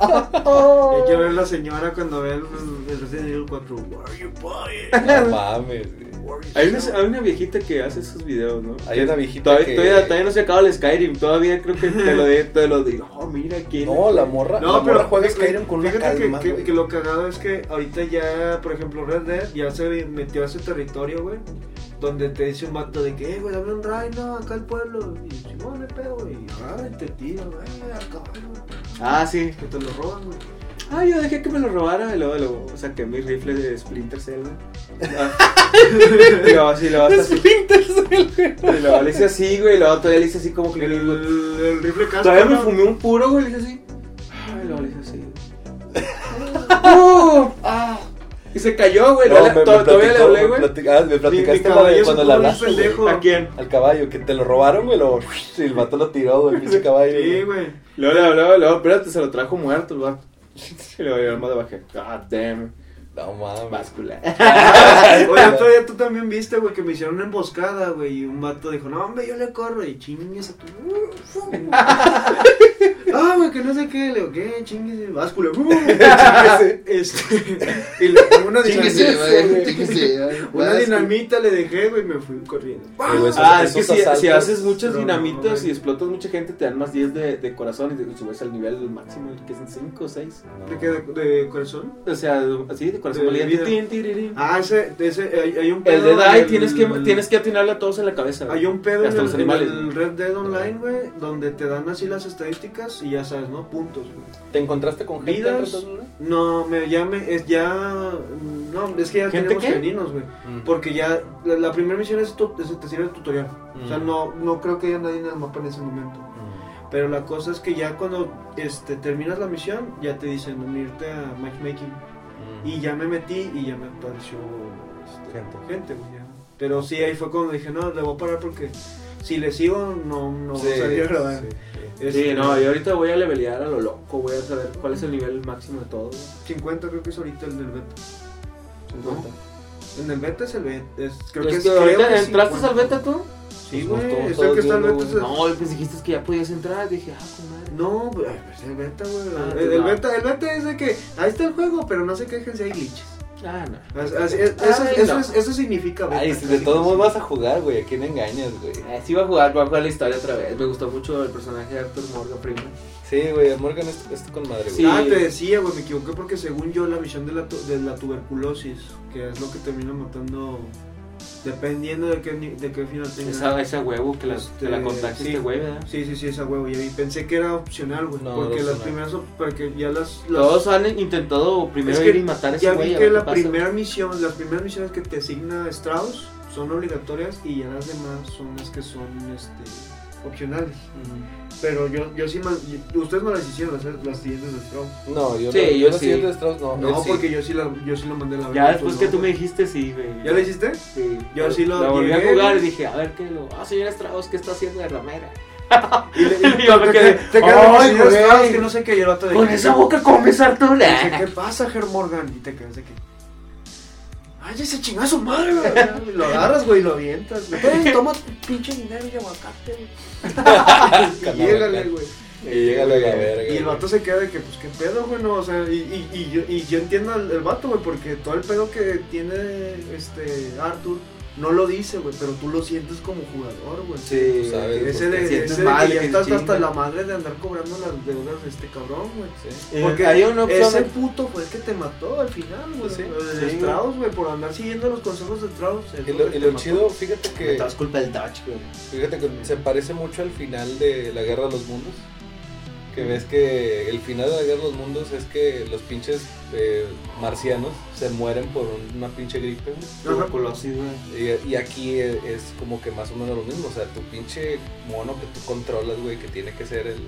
Speaker 2: Hay que ver la señora cuando ve el, el Resident Evil 4. Where are you buying?
Speaker 3: No mames, güey.
Speaker 2: Where you
Speaker 1: Hay una,
Speaker 2: selling?"
Speaker 1: hay una viejita que hace esos videos, ¿no?
Speaker 3: Hay una viejita
Speaker 1: Todavía,
Speaker 3: que-
Speaker 1: todavía, todavía no se acaba el Skyrim, todavía creo que te lo, de, te lo digo. Oh, mira quién.
Speaker 3: No, la morra,
Speaker 2: No,
Speaker 3: la morra
Speaker 2: pero
Speaker 3: juega
Speaker 2: fíjate-
Speaker 3: Skyrim con una
Speaker 2: fíjate que-
Speaker 3: calma,
Speaker 2: que,
Speaker 3: güey.
Speaker 2: que lo cagado es que ahorita ya, por ejemplo, Red Dead ya se metió a ese territorio, güey. Donde te dice un vato de que, eh, güey, dame un reino acá al pueblo. Y chingón, no hay pedo, güey. Y agarra y te tira, güey, al caballo.
Speaker 1: Ah, sí.
Speaker 2: Que te lo roban, güey.
Speaker 1: Ah, yo dejé que me lo robara y luego, luego saqué mi rifle de Splinter Cell. güey. y luego así, luego hasta así.
Speaker 3: Splinter Cell, güey.
Speaker 1: Y luego le hice así, güey. Y luego todavía le hice así como que le digo.
Speaker 2: El, el rifle casco.
Speaker 1: Todavía me
Speaker 2: ¿no?
Speaker 1: fumé un puro, güey. Le hice así. Ah, y luego le hice así. ¡Uh! ¡Ah! Y
Speaker 4: se cayó, güey.
Speaker 3: No,
Speaker 4: No,
Speaker 3: me- me
Speaker 4: todavía le
Speaker 3: platicó,
Speaker 4: hablé,
Speaker 3: me
Speaker 4: güey.
Speaker 3: platica- ah, me platicaste la de cuando le hablaste güey,
Speaker 4: ¿A quién?
Speaker 3: al caballo, que te lo robaron, güey, lo, y el vato lo tiró, güey, el pinche caballo.
Speaker 2: Sí,
Speaker 3: güey.
Speaker 2: güey.
Speaker 4: Luego le hablaba, luego, espérate, se lo trajo muerto
Speaker 1: <laughs>
Speaker 4: el vato. Y luego yo al más bajé.
Speaker 1: Ah,
Speaker 4: God damn,
Speaker 3: No mames.
Speaker 4: báscula.
Speaker 2: Oye, otro día tú también viste, güey, que me hicieron una emboscada, güey. Y un vato dijo, no, hombre, yo le corro. Y chingues a tu.
Speaker 3: <laughs>
Speaker 2: ah, güey, que no sé qué. Le digo, ¿qué? Chingues. Báscula.
Speaker 3: <laughs>
Speaker 2: este. Y le pongo una
Speaker 5: Chíquese, güey. Chíquese.
Speaker 2: Una dinamita le dejé, güey, y me fui corriendo.
Speaker 3: Sí, güey, esos-
Speaker 4: Ah, es que
Speaker 3: esos
Speaker 4: si, si
Speaker 3: asaltos-
Speaker 4: haces muchas
Speaker 2: No,
Speaker 4: dinamitas
Speaker 2: güey.
Speaker 4: y explotas mucha gente, te dan más 10 de, de corazón y te subes al nivel máximo, que son 5 o 6.
Speaker 2: ¿De qué? ¿De, de corazón?
Speaker 4: O sea, así de corazón
Speaker 2: De
Speaker 4: valiente.
Speaker 2: vida.
Speaker 4: Tin, tirirín.
Speaker 2: Ah, ese, ese, hay, hay un
Speaker 4: El de
Speaker 2: pedo en
Speaker 4: Die
Speaker 2: el-
Speaker 4: tienes que, tienes que atinarle a todos en la cabeza. güey.
Speaker 2: Hay un pedo en
Speaker 4: Hasta
Speaker 2: el,
Speaker 4: los animales.
Speaker 2: en el Red Dead
Speaker 3: Ah.
Speaker 2: Online, güey, donde te dan así las estadísticas y ya sabes, ¿no? Puntos, güey.
Speaker 3: ¿Te encontraste con gente?
Speaker 2: Vidas.
Speaker 3: en Red Dead, güey?
Speaker 2: No, me, ya me, es ya, no, es que ya
Speaker 4: ¿Gente
Speaker 2: tenemos
Speaker 4: qué?
Speaker 2: felinos, güey.
Speaker 3: Mm.
Speaker 2: Porque ya, la, la primera misión es, tu, es- te sirve el tutorial. O sea,
Speaker 3: Mm.
Speaker 2: no, no creo que haya nadie en el mapa en ese momento.
Speaker 3: Mm.
Speaker 2: Pero la cosa es que ya cuando este, terminas la misión, ya te dicen unirte a matchmaking. Y ya me metí y ya me apareció este,
Speaker 3: mm. Gente.
Speaker 2: gente, güey, ya. Pero sí, ahí fue cuando dije, no, le voy a parar porque si le sigo, no, no
Speaker 3: Sí,
Speaker 2: sabía grabar.
Speaker 3: sí, sí.
Speaker 2: Este,
Speaker 4: Sí, no, y ahorita voy a levelear a lo loco, voy a saber cuál es el nivel máximo de todo. güey.
Speaker 2: 50 creo que es ahorita el del beta.
Speaker 4: Cincuenta.
Speaker 2: En el beta es el beta. es- creo que
Speaker 4: ¿Crees
Speaker 2: es,
Speaker 4: que
Speaker 2: creo
Speaker 4: ahorita
Speaker 2: que es
Speaker 4: entraste
Speaker 2: 50.
Speaker 4: al beta tú?
Speaker 2: Sí,
Speaker 3: Pues
Speaker 2: güey.
Speaker 3: no, todos-
Speaker 2: es el que está el
Speaker 3: todos
Speaker 2: beta.
Speaker 3: viendo,
Speaker 2: es-
Speaker 4: No, pues dijiste que ya podías entrar. Dije, ah, con madre.
Speaker 2: No, güey, es el beta, güey.
Speaker 4: Ah,
Speaker 2: el, el
Speaker 4: no.
Speaker 2: beta, el beta es de que ahí está el juego, pero no se quejen si hay glitches.
Speaker 4: Ah, no.
Speaker 2: Así- así- es- eso,
Speaker 4: Ay,
Speaker 2: eso
Speaker 4: no.
Speaker 2: es- eso significa beta.
Speaker 3: Ay, si de
Speaker 2: casi,
Speaker 3: todos
Speaker 2: casi.
Speaker 3: modos vas a jugar, güey, ¿a quién engañas, güey?
Speaker 4: Eh, Sí, iba a jugar, va a jugar la historia otra vez. Me gustó mucho el personaje de Arthur Morgan Freeman.
Speaker 3: Sí, güey, Morgan es, es con madre, güey.
Speaker 4: Sí.
Speaker 2: Ah, te decía, güey, me equivoqué porque según yo la visión de la, tu- de la tuberculosis, que es lo que termina matando, dependiendo de qué, ni- de qué final tenga.
Speaker 4: Esa, esa huevo que la,
Speaker 2: Este,
Speaker 4: que la contacta
Speaker 2: sí.
Speaker 4: este güey, ¿verdad?
Speaker 2: Sí, sí, sí, esa huevo, ya vi. Pensé que era opcional, güey,
Speaker 3: No,
Speaker 2: porque
Speaker 3: era
Speaker 2: las
Speaker 3: opcional.
Speaker 2: primeras, op- porque ya las... las-
Speaker 4: Todos han intentado primero
Speaker 2: Es que
Speaker 4: ir y matar a ese
Speaker 2: ya
Speaker 4: güey.
Speaker 2: vi
Speaker 4: a
Speaker 2: que
Speaker 4: ver
Speaker 2: la
Speaker 4: qué pasa.
Speaker 2: primera misión, las primeras misiones que te asigna Strauss son obligatorias y ya las demás son las que son, este, opcionales.
Speaker 3: Ujú.
Speaker 2: Pero yo, yo sí, man- ustedes me las hicieron las, las siguientes de Strauss.
Speaker 3: No, yo
Speaker 4: Sí,
Speaker 3: no,
Speaker 4: yo
Speaker 3: no
Speaker 4: sí.
Speaker 3: soy el de Strauss, no.
Speaker 2: No,
Speaker 3: él sí.
Speaker 2: porque yo sí, la, yo sí lo mandé a la
Speaker 4: Ya
Speaker 2: verga, pues Ah,
Speaker 4: después
Speaker 2: no,
Speaker 4: que tú me
Speaker 2: güey.
Speaker 4: dijiste, sí, güey.
Speaker 2: ¿Ya lo hiciste?
Speaker 4: Sí.
Speaker 2: Yo sí lo
Speaker 4: La volví a
Speaker 2: llegué,
Speaker 4: jugar y
Speaker 2: güey.
Speaker 4: dije, a ver qué lo. Ah, señora Strauss, ¿qué está haciendo de ramera?
Speaker 2: <laughs> Y le,
Speaker 4: <laughs> Y yo me
Speaker 2: te-
Speaker 4: quedé,
Speaker 2: te- te quedas como
Speaker 4: "Ay,
Speaker 2: si fueras
Speaker 4: güey".
Speaker 2: Strauss, que no sé qué, y el vato de
Speaker 4: Con
Speaker 2: que-
Speaker 4: esa boca comes, Arthur.
Speaker 2: Dice,
Speaker 4: <laughs>
Speaker 2: ¿qué pasa, Her Morgan? Y te quedas de que. ¡Ay, ya se chingó a su madre! güey". Y lo agarras, güey, y lo avientas, güey. "Ey, Toma tu pinche dinero y aguacate, güey. Y
Speaker 3: Calabaca.
Speaker 2: llégale, güey.
Speaker 3: Y llégale a la verga.
Speaker 2: Y el
Speaker 3: güey.
Speaker 2: vato se queda de que, pues, qué pedo, güey, no, o sea, y, y, y, yo, y yo entiendo al el vato, güey, porque todo el pedo que tiene este Arthur no lo dice, güey, pero tú lo sientes como jugador, güey.
Speaker 4: Sí,
Speaker 3: ¿Sabes?
Speaker 4: güey.
Speaker 2: Ese
Speaker 3: pues, Te
Speaker 2: de,
Speaker 4: sientes
Speaker 2: ese de
Speaker 4: mal,
Speaker 2: que ya
Speaker 4: que
Speaker 2: estás
Speaker 4: chinga.
Speaker 2: hasta la madre de andar cobrando las deudas de este cabrón, güey.
Speaker 3: Sí.
Speaker 4: Eh,
Speaker 2: Porque
Speaker 4: hay una opción.
Speaker 2: ese puto fue el que te mató al final, güey.
Speaker 3: Sí.
Speaker 2: El
Speaker 4: Sí.
Speaker 2: Strauss, güey, por andar siguiendo los consejos de Strauss. él
Speaker 3: Y
Speaker 2: fue el que
Speaker 3: lo, y
Speaker 2: te
Speaker 3: lo
Speaker 2: mató.
Speaker 3: chido, fíjate que,
Speaker 4: Todo es culpa del Dutch, güey.
Speaker 3: fíjate que se parece mucho al final de la Guerra de los Mundos. Que ves que el final de la Guerra de los Mundos es que los pinches eh, marcianos se mueren por un- una pinche gripe. güey.
Speaker 4: Tuberculosis, güey.
Speaker 3: Y, y aquí e- es como que más o menos lo mismo, o sea, tu pinche mono que tú controlas, güey, que tiene que ser el,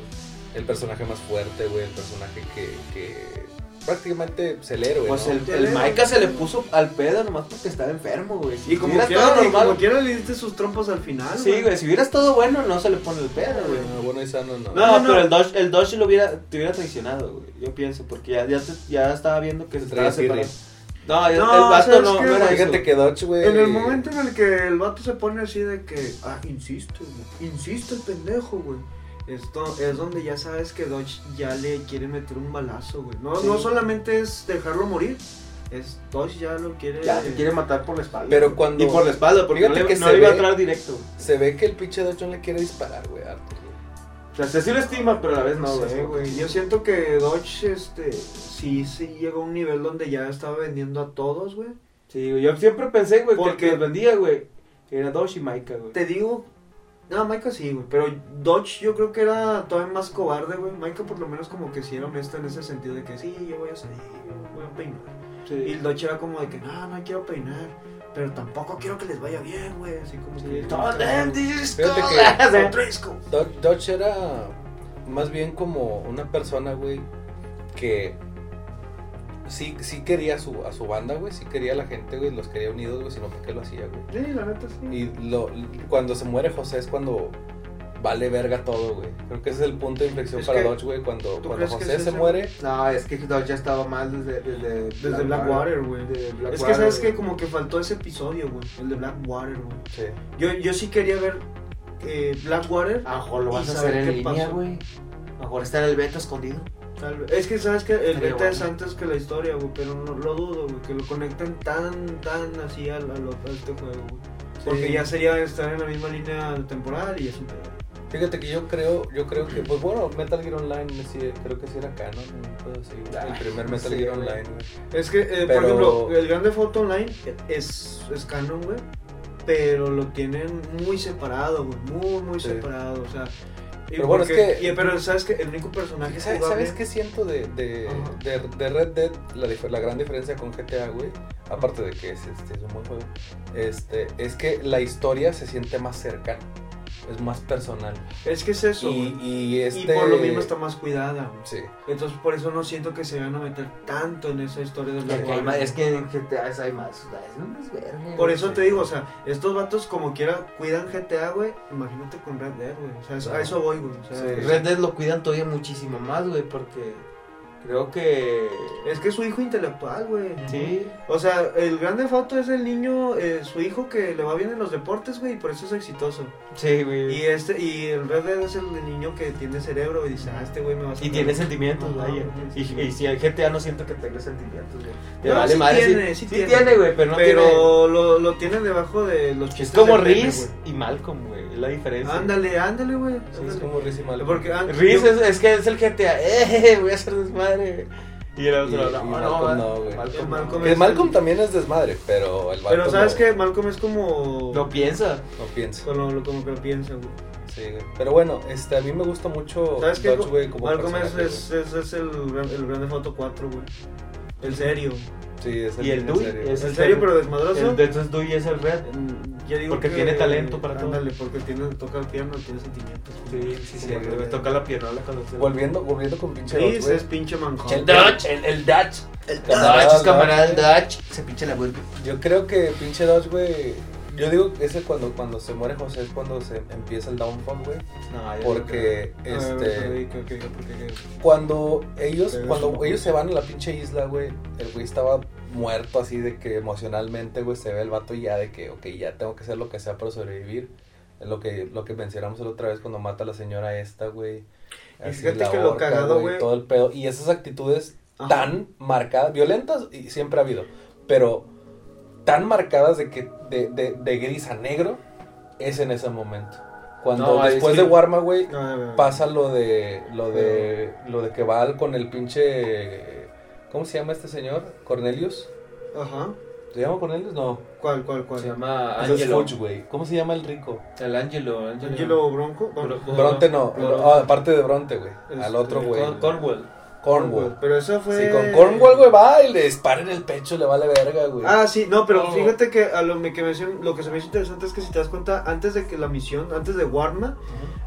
Speaker 3: el personaje más fuerte, güey, el personaje que, que prácticamente se el héroe,
Speaker 4: Pues
Speaker 3: ¿no?
Speaker 4: el, el Maika se le puso al pedo nomás porque estaba enfermo, güey. Si
Speaker 2: Y como,
Speaker 4: hubiera
Speaker 2: quiera,
Speaker 4: estado
Speaker 2: y como
Speaker 4: normal.
Speaker 2: quiera le diste sus trompos al final,
Speaker 4: Sí, güey, si hubiera estado bueno, no se le pone el pedo, güey.
Speaker 3: Ah, bueno, esa no, no.
Speaker 4: No,
Speaker 2: No, no.
Speaker 4: pero el Dodge, el Dodge lo hubiera, te hubiera traicionado, güey. Yo pienso, porque ya, ya, te- ya estaba viendo que se
Speaker 3: Traía
Speaker 4: estaba separando.
Speaker 3: birria.
Speaker 4: No, el-
Speaker 2: No,
Speaker 4: el vato
Speaker 2: ¿sabes
Speaker 4: no,
Speaker 2: qué,
Speaker 4: no era
Speaker 2: güey?
Speaker 4: eso.
Speaker 3: Fíjate que Dodge, güey...
Speaker 2: En el momento en el que el vato se pone así de que, ah, insiste, güey, insiste el pendejo, güey. Esto es donde ya sabes que Dodge ya le quiere meter un balazo, güey. No,
Speaker 4: Sí.
Speaker 2: no solamente es dejarlo morir, es Dodge ya lo quiere.
Speaker 4: Ya, te quiere matar por la espalda.
Speaker 3: Pero
Speaker 4: güey.
Speaker 3: cuando-
Speaker 4: Y por la espalda, porque no
Speaker 3: Fíjate
Speaker 4: le,
Speaker 3: que
Speaker 4: no
Speaker 3: se
Speaker 4: le iba a
Speaker 3: ve-
Speaker 4: entrar directo. güey.
Speaker 3: Se ve que el pinche Dodge no le quiere disparar, güey, Arthur.
Speaker 4: O sea, se sí lo estima, pero a la vez no,
Speaker 2: No
Speaker 4: güey.
Speaker 2: sé, güey. Yo siento que Dodge, este, sí, sí llegó a un nivel donde ya estaba vendiendo a todos, güey.
Speaker 4: Sí, güey, yo siempre pensé, güey, que el
Speaker 2: Porque-
Speaker 4: que los vendía, güey, era Dodge y Maika, güey.
Speaker 2: Te digo, no, Maika sí, güey. Pero Dodge yo creo que era todavía más cobarde, güey. Maika por lo menos como que sí era honesta en ese sentido de que sí, yo voy a salir, yo voy a peinar. Y
Speaker 4: Sí.
Speaker 2: el Dodge era como de que, no, no quiero peinar, pero tampoco quiero que les vaya bien, güey. Así como
Speaker 4: Sí,
Speaker 2: que...
Speaker 4: todo bien, <laughs>
Speaker 2: this
Speaker 3: Fíjate
Speaker 2: <laughs>
Speaker 3: que
Speaker 2: fresco.
Speaker 3: Dodge, Dodge era más bien como una persona, güey, que sí, sí quería a su, a su banda, güey, sí quería a la gente, güey, los quería unidos, güey, sino porque lo hacía, güey.
Speaker 2: Sí, la neta sí.
Speaker 3: Y lo, cuando se muere José es cuando vale verga todo, güey. Creo que ese es el punto de inflexión
Speaker 2: Es
Speaker 3: para
Speaker 2: que-
Speaker 3: Dodge, güey, cuando,
Speaker 2: ¿tú
Speaker 3: cuando
Speaker 2: crees que
Speaker 3: José
Speaker 2: es
Speaker 3: se
Speaker 2: ese?
Speaker 3: muere.
Speaker 4: No, es que Dodge ya estaba mal desde... Desde,
Speaker 2: Desde Blackwater, güey.
Speaker 4: desde
Speaker 2: Es que sabes
Speaker 4: Blackwater,
Speaker 2: que como que faltó ese episodio, güey. El de Blackwater, güey.
Speaker 3: Sí.
Speaker 2: Yo, yo sí quería ver eh, Blackwater.
Speaker 3: Ah.
Speaker 4: Ajo, lo
Speaker 2: y
Speaker 4: vas a
Speaker 2: saber
Speaker 4: hacer en
Speaker 2: qué
Speaker 4: línea,
Speaker 2: pasó.
Speaker 4: güey. Mejor está en el beta escondido.
Speaker 2: Tal vez. Es que sabes que el
Speaker 4: Estaría
Speaker 2: beta es
Speaker 4: bueno.
Speaker 2: antes que la historia, güey. Pero no lo dudo, güey. Que lo conectan tan, tan así a, la- a lo- a este juego, güey. Porque
Speaker 3: Sí.
Speaker 2: ya sería estar en la misma línea temporal y es un pedo.
Speaker 3: Fíjate que yo creo, yo creo que, pues bueno, Metal Gear Online sí, creo que sí era canon, un pedo así, güey.
Speaker 2: Ah,
Speaker 3: el primer Metal
Speaker 4: sí,
Speaker 3: Gear
Speaker 4: güey.
Speaker 3: Online, güey.
Speaker 2: Es que, eh,
Speaker 3: Pero-
Speaker 2: por ejemplo, el grande foto online es, es canon, güey. Pero lo tienen muy separado, güey. Muy, muy
Speaker 3: Sí.
Speaker 2: separado, o sea. y
Speaker 3: Pero bueno, es
Speaker 2: porque-
Speaker 3: que-
Speaker 2: y- pero sabes que el único personaje
Speaker 3: ¿Sabes,
Speaker 2: jugable-
Speaker 3: ¿Sabes qué siento de, de,
Speaker 2: Ajá.
Speaker 3: de, de Red Dead? La, dif- la gran diferencia con GTA, güey. Aparte de que es, este, es un buen juego. Este, es que la historia se siente más cercana. Es más personal.
Speaker 2: Es que es eso,
Speaker 3: Y,
Speaker 2: güey.
Speaker 3: y este...
Speaker 2: Y por lo mismo está más cuidada, güey.
Speaker 3: Sí.
Speaker 2: Entonces, por eso no siento que se van a meter tanto en esa historia de
Speaker 4: Porque
Speaker 2: Black
Speaker 4: hay
Speaker 2: Warrior.
Speaker 4: más- Es que en GTA hay más. o sea, Es un desvergue,
Speaker 2: Por
Speaker 4: güey.
Speaker 2: eso te digo, o sea, estos vatos como quiera cuidan GTA, güey. Imagínate con Red Dead, güey. O sea, eso- a eso voy, güey. O sea,
Speaker 3: Sí.
Speaker 4: Red Dead lo cuidan todavía muchísimo más, güey, porque creo que...
Speaker 2: Es que es su hijo intelectual, güey.
Speaker 4: Sí.
Speaker 2: O sea, el grande foto es el niño, eh, su hijo que le va bien en los deportes, güey, y por eso es exitoso.
Speaker 4: Sí,
Speaker 2: Y
Speaker 4: güey.
Speaker 2: este, y el Red Dead es el niño que tiene cerebro y dice, ah, este güey me va a
Speaker 4: Y tiene sentimientos,
Speaker 2: Ajá,
Speaker 4: vaya.
Speaker 2: tiene
Speaker 4: Y, y si el GTA no siento que tenga sentimientos, güey. Te
Speaker 2: No,
Speaker 4: vale
Speaker 2: sí
Speaker 4: madre,
Speaker 2: tiene, sí
Speaker 4: sí,
Speaker 2: tiene.
Speaker 4: tiene, güey, pero no
Speaker 2: Pero
Speaker 4: tiene...
Speaker 2: lo, lo tienen debajo de los chistes.
Speaker 4: Es como
Speaker 2: del meme,
Speaker 4: Riz
Speaker 2: güey.
Speaker 4: y Malcolm, güey. Es la diferencia.
Speaker 2: Ándale, ándale, güey.
Speaker 3: Sí,
Speaker 2: ándale.
Speaker 3: es como Riz y Mal.
Speaker 2: Porque an-
Speaker 4: Riz
Speaker 2: yo-
Speaker 4: es, es que es el GTA. ¡Eh! Voy a <laughs> hacer desmadre. Y el otro,
Speaker 3: Y-
Speaker 4: no,
Speaker 3: y
Speaker 4: no,
Speaker 3: Malcolm
Speaker 4: no,
Speaker 3: no, güey.
Speaker 4: Malcolm,
Speaker 2: Malcolm
Speaker 4: no.
Speaker 3: Que Malcolm también es desmadre, pero el
Speaker 2: Pero
Speaker 3: vato
Speaker 2: sabes
Speaker 3: no-
Speaker 2: que Malcolm es como.
Speaker 4: Lo piensa.
Speaker 3: No piensa.
Speaker 2: con lo- lo- como que lo piensa, güey.
Speaker 3: Sí, güey. Pero bueno, este, a mí me gusta mucho
Speaker 2: ¿Sabes qué?
Speaker 3: Dodge, güey, como
Speaker 2: Malcolm es,
Speaker 3: personaje,
Speaker 2: es, es, es el, gran- el grande foto 4, güey. El serio.
Speaker 3: güey. Sí, es
Speaker 4: y el
Speaker 3: en
Speaker 4: Dewey
Speaker 3: serio.
Speaker 4: es-
Speaker 2: El serio, pero desmadroso.
Speaker 4: El, entonces Dewey es el red.
Speaker 2: Mm, Yo digo
Speaker 4: Porque
Speaker 2: que-
Speaker 4: tiene talento para todo.
Speaker 2: ándale, porque tiene, toca el piano, tiene sentimientos.
Speaker 4: Sí, sí, sí.
Speaker 3: Como
Speaker 4: Me
Speaker 3: que-
Speaker 4: toca la pianola cuando se.
Speaker 3: Volviendo, volviendo con pinche Dodge,
Speaker 2: Chris
Speaker 3: güey.
Speaker 2: es pinche manjón.
Speaker 3: El
Speaker 4: Dutch, el, el Dutch. El
Speaker 3: Camarada
Speaker 4: Ah, Dutch, es
Speaker 3: Dutch.
Speaker 4: camarada del Dutch. Se pincha la vuelta.
Speaker 3: Yo creo que pinche Dodge, güey. Yo digo que ese cuando, cuando se muere José es cuando se empieza el downfall, güey.
Speaker 4: No,
Speaker 3: Porque,
Speaker 2: A ver, a
Speaker 3: este.
Speaker 2: ver, que- que- que- que-
Speaker 3: Cuando ellos,
Speaker 2: Pero es
Speaker 3: cuando
Speaker 2: un-
Speaker 3: ellos se van a la pinche isla, güey, el güey estaba muerto así de que emocionalmente, güey, se ve el vato ya de que, ok, ya tengo que hacer lo que sea para sobrevivir. Es Lo que, lo que mencionamos la otra vez cuando mata a la señora esta, güey.
Speaker 2: Y
Speaker 3: Así,
Speaker 2: fíjate
Speaker 3: la
Speaker 2: que lo
Speaker 3: horca,
Speaker 2: cagado, güey.
Speaker 3: Todo el pedo. Y esas actitudes
Speaker 2: Ajá.
Speaker 3: tan marcadas, violentas y siempre ha habido, pero tan marcadas de que de, de, de gris a negro es en ese momento. Cuando
Speaker 4: No, es
Speaker 3: después
Speaker 4: que-
Speaker 3: de Warma, güey,
Speaker 2: No, no, no, no.
Speaker 3: pasa lo de lo de lo de que va con el pinche ¿cómo se llama este señor? Cornelius.
Speaker 2: Ajá.
Speaker 3: ¿Se llama Cornelius? No.
Speaker 2: ¿Cuál, cuál, cuál?
Speaker 4: Se llama
Speaker 3: Ese es
Speaker 4: Angelo.
Speaker 3: Fudge, güey. ¿Cómo se llama el rico?
Speaker 4: El Angelo. Angelo.
Speaker 2: ¿Angelo Bronco?
Speaker 4: Bro-
Speaker 2: Bronco.
Speaker 3: Bronte no,
Speaker 4: Bro-
Speaker 3: Ah, aparte de Bronte, güey.
Speaker 2: Este,
Speaker 3: Al otro güey.
Speaker 4: Cor- Cornwall.
Speaker 3: Cornwall.
Speaker 2: Pero eso fue.
Speaker 3: Sí, con Cornwall, güey, va y le dispara en el pecho, le vale verga, güey.
Speaker 2: Ah, sí, no, pero
Speaker 4: No.
Speaker 2: fíjate que a lo me- que me decían- lo que se me hizo interesante es que si te das cuenta, antes de que la misión, antes de Warma,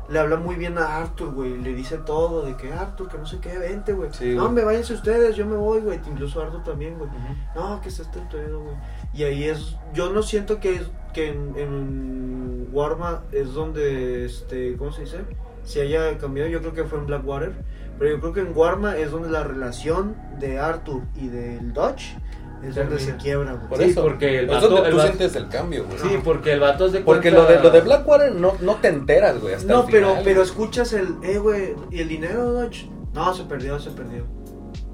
Speaker 2: le habla muy bien a Arthur, güey, le dice todo, de que Arthur, que no sé qué, vente, güey.
Speaker 3: Sí,
Speaker 2: no,
Speaker 3: güey.
Speaker 2: me váyanse ustedes, yo me voy, güey, incluso Arthur también, güey. No, que está este pedo, güey. Y ahí es, yo no siento que, es- que en, en Warma es donde, este, ¿cómo se dice? Se haya cambiado, yo creo que fue en Blackwater, pero yo creo que en Warma es donde la relación de Arthur y del Dodge es donde
Speaker 4: Termina.
Speaker 2: se quiebra, güey.
Speaker 3: Por
Speaker 4: Sí,
Speaker 3: eso.
Speaker 4: porque el
Speaker 3: Es
Speaker 4: vato-
Speaker 3: donde
Speaker 4: el
Speaker 3: tú
Speaker 4: vato-
Speaker 3: sientes el cambio, güey.
Speaker 4: Sí, porque el vato es de
Speaker 3: Porque
Speaker 4: cuenta-
Speaker 3: lo de, lo de Blackwater no, no te enteras, güey. hasta
Speaker 2: No,
Speaker 3: el
Speaker 2: pero,
Speaker 3: final,
Speaker 2: pero
Speaker 3: güey.
Speaker 2: escuchas el, eh, güey, ¿y el dinero, Dodge? No, se perdió, se perdió.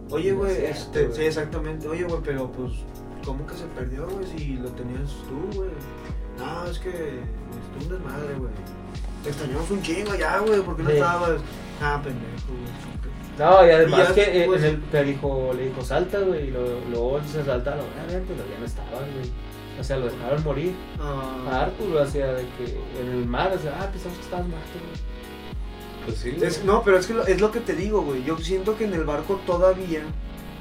Speaker 2: Oye,
Speaker 4: No
Speaker 2: güey,
Speaker 4: es cierto,
Speaker 2: este,
Speaker 4: güey.
Speaker 2: sí, exactamente. Oye, güey, pero pues, ¿cómo que se perdió, güey? Si lo tenías tú, güey. No, es que estuvo un desmadre, güey. Te extrañamos un chingo ya, güey, ¿por qué no
Speaker 4: Sí.
Speaker 2: estabas? Ah, pendejo, güey.
Speaker 4: No, y además
Speaker 2: Y ya,
Speaker 4: que eh,
Speaker 2: pues-
Speaker 4: en el- que dijo, le dijo salta, güey, y lo- luego se saltaron, obviamente, pero ya no estaban, güey. O sea, lo dejaron morir. A
Speaker 2: Ah,
Speaker 4: Arthur, o sea, de que en el mar, o sea, ah, pensamos que estabas muerto, güey.
Speaker 3: Pues sí, güey.
Speaker 2: es- no, pero es que lo- es lo que te digo, güey. Yo siento que en el barco todavía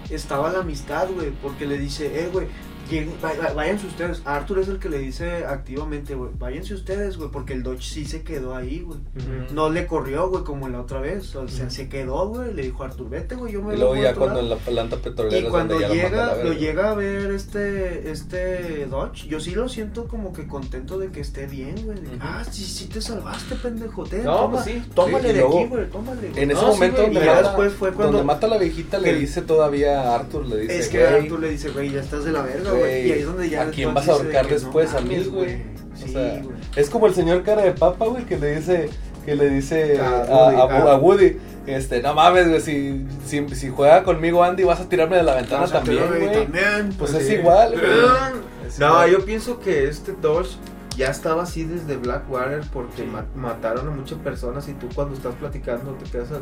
Speaker 2: estaba la amistad, güey, porque le dice, eh, güey, lleguen- va- va- váyanse ustedes. Arthur es el que le dice activamente, güey, váyanse ustedes, güey, porque el Dodge sí se quedó ahí, güey.
Speaker 4: Ujú.
Speaker 2: No le corrió, güey, como la otra vez. O sea,
Speaker 4: Ujú.
Speaker 2: se quedó, güey. Le dijo, Arthur, vete, güey, yo me
Speaker 3: Y luego
Speaker 2: voy a
Speaker 3: ya
Speaker 2: otro
Speaker 3: cuando
Speaker 2: lado".
Speaker 3: en la planta petrolera
Speaker 2: Y
Speaker 3: es
Speaker 2: cuando
Speaker 3: donde ya lo manda a
Speaker 2: llega,
Speaker 3: la
Speaker 2: lo,
Speaker 3: verga.
Speaker 2: llega a ver este, este Dodge, yo sí lo siento como que contento de que esté bien, güey. de que,
Speaker 3: Ujú.
Speaker 2: Ah, sí, sí te salvaste, pendejo. Ten,
Speaker 4: No,
Speaker 2: toma,
Speaker 4: pues
Speaker 1: <clears throat>
Speaker 4: sí.
Speaker 2: Tómale
Speaker 3: Sí, y
Speaker 2: de
Speaker 3: luego,
Speaker 2: aquí, güey, tómale, güey.
Speaker 3: En ese
Speaker 4: No, sí,
Speaker 3: momento
Speaker 4: güey,
Speaker 3: donde,
Speaker 2: y ya
Speaker 3: mata,
Speaker 2: después fue cuando-
Speaker 3: donde mata a la viejita le
Speaker 2: que-
Speaker 3: dice todavía a Arthur, le dice,
Speaker 2: Es que
Speaker 3: "Güey,
Speaker 2: Arthur le dice, güey, ya estás de la verga,
Speaker 3: Güey,
Speaker 2: güey. Y ahí es donde ya.
Speaker 3: ¿a
Speaker 2: después
Speaker 3: quién vas a
Speaker 2: dice de
Speaker 3: ahorcar
Speaker 2: que,
Speaker 3: después?
Speaker 2: "No
Speaker 3: ¿A mí,
Speaker 2: mames,
Speaker 3: güey?" O
Speaker 2: Sí,
Speaker 3: sea,
Speaker 2: güey.
Speaker 3: Es como el señor cara de papa, güey, que le dice que le dice
Speaker 2: A
Speaker 3: a,
Speaker 2: Woody,
Speaker 3: a Wo-
Speaker 2: ah.
Speaker 3: a Woody, este, no mames, güey, si, si, si juega conmigo Andy vas a tirarme de la ventana
Speaker 2: Pásatelo,
Speaker 3: también,
Speaker 2: güey,
Speaker 3: güey.
Speaker 2: también.
Speaker 3: Pues
Speaker 2: Sí.
Speaker 3: es igual, güey. Es
Speaker 1: No,
Speaker 3: igual.
Speaker 1: yo pienso que este Dodge ya estaba así desde Blackwater porque ma- mataron a muchas personas y tú cuando estás platicando te quedas a-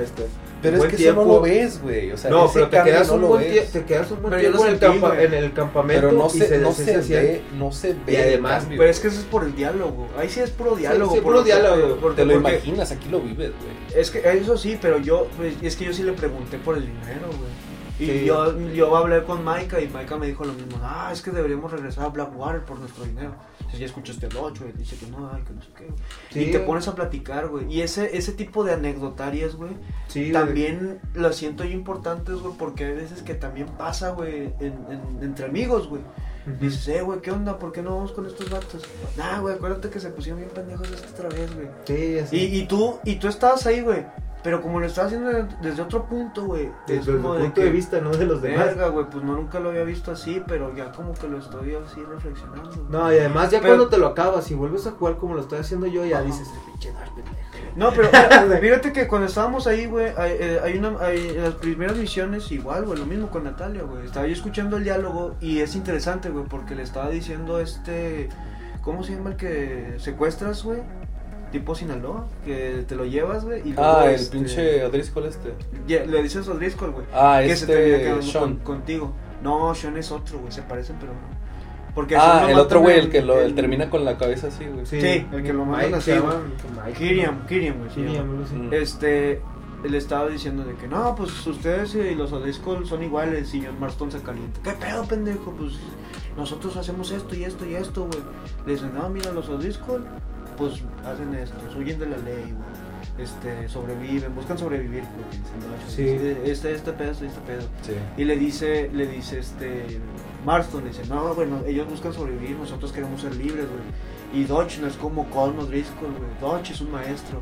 Speaker 1: este,
Speaker 3: Pero es
Speaker 1: buen
Speaker 3: que
Speaker 1: tiempo-
Speaker 3: eso no lo ves, güey. O sea,
Speaker 1: no,
Speaker 3: ese
Speaker 1: pero te
Speaker 3: cambio
Speaker 1: quedas,
Speaker 3: no
Speaker 1: un
Speaker 3: lo
Speaker 1: buen tie-
Speaker 3: ves.
Speaker 1: te quedas un buen
Speaker 2: Pero yo
Speaker 1: tiempo
Speaker 2: lo
Speaker 1: en el,
Speaker 2: sentí,
Speaker 1: campa-
Speaker 2: güey.
Speaker 1: en el campamento
Speaker 3: Pero no
Speaker 1: y
Speaker 3: se, no
Speaker 1: se
Speaker 3: se
Speaker 1: hacían-
Speaker 3: ve, no se ve.
Speaker 1: Y además,
Speaker 3: el cambio,
Speaker 2: Pero es que eso es por el diálogo. Ahí sí es puro diálogo.
Speaker 1: sí,
Speaker 2: por
Speaker 1: puro
Speaker 2: lo que-
Speaker 1: diálogo,
Speaker 2: por-
Speaker 3: te lo
Speaker 2: porque-
Speaker 3: imaginas, aquí lo vives, güey.
Speaker 2: Es que eso sí, pero yo, pues, es que yo sí le pregunté por el dinero, güey. Y
Speaker 1: Sí.
Speaker 2: yo, yo hablé con Maika y Maika me dijo lo mismo. Ah, es que deberíamos regresar a Blackwater por nuestro dinero. Entonces ya escuchaste el 8, güey. Dice que no, ay, que no sé qué. güey.
Speaker 1: Sí,
Speaker 2: y te pones a platicar, güey. Y ese, ese tipo de anecdotarias, güey,
Speaker 1: sí, güey.
Speaker 2: también lo siento yo importantes, güey, porque hay veces que también pasa, güey, en- en- entre amigos, güey. Dices, eh, güey, ¿qué onda? ¿Por qué no vamos con estos vatos? Nah, güey, acuérdate que se pusieron bien pendejos esta otra vez, güey.
Speaker 1: Sí, así.
Speaker 2: Y, y tú, y tú estabas ahí, güey. Pero como lo estabas haciendo de- desde otro punto, güey. es
Speaker 1: desde el
Speaker 2: como
Speaker 1: punto de vista, no de
Speaker 3: Eh,
Speaker 1: los demás.
Speaker 2: Verga, güey, pues no nunca lo había visto así, pero ya como que lo estoy así reflexionando. güey.
Speaker 1: No, y además ya
Speaker 2: Pero-
Speaker 1: cuando te lo acabas y vuelves a jugar como lo estoy haciendo yo, ya
Speaker 2: Ajá.
Speaker 1: dices, pinche Dodge, pendejo".
Speaker 2: No, pero
Speaker 3: <laughs>
Speaker 2: fíjate que cuando estábamos ahí, güey, hay, eh, hay una, hay- en las primeras misiones igual, güey, lo mismo con Natalia, güey. Estaba yo escuchando el diálogo y es interesante, güey, porque le estaba diciendo este, ¿cómo se llama el que secuestras, güey? Tipo Sinaloa, que te lo llevas, güey. y luego,
Speaker 3: Ah, el
Speaker 2: este,
Speaker 3: pinche Odriscoll este.
Speaker 2: ya- le dices a Driscoll, güey.
Speaker 3: Ah,
Speaker 2: que se termina
Speaker 3: este
Speaker 2: quedando
Speaker 3: Sean.
Speaker 2: con- contigo. No, Sean es otro, güey, se parecen, pero no. Porque a Sean
Speaker 3: Ah,
Speaker 2: lo
Speaker 3: el otro
Speaker 2: matan
Speaker 3: güey,
Speaker 2: en-
Speaker 3: el que lo el
Speaker 2: en-
Speaker 3: termina con la cabeza así, güey.
Speaker 1: Sí,
Speaker 2: el que lo
Speaker 1: Mike
Speaker 2: mandan
Speaker 1: se
Speaker 2: así,
Speaker 1: llama, Mike,
Speaker 2: Kiriam, Kiriam, güey. se llama.
Speaker 1: Kiriam, algo así.
Speaker 3: Mm.
Speaker 2: Este, le estaba diciendo de que no, pues ustedes y los Odriscoll son iguales y John Marston se calienta. ¿Qué pedo, pendejo? Pues nosotros hacemos esto y esto y esto, güey. Le dicen, no, mira, los Odriscoll, pues hacen esto, huyen de la ley, güey. Este, sobreviven, buscan sobrevivir, güey. dicen, "No,
Speaker 1: Sí.
Speaker 2: Este, este pedo, este pedo.
Speaker 3: Sí.
Speaker 2: Y le dice, le dice este Marston, le dice, no, bueno, ellos buscan sobrevivir, nosotros queremos ser libres, güey. Y Dodge no es como Cosmo Driscoll, güey. Dodge es un maestro.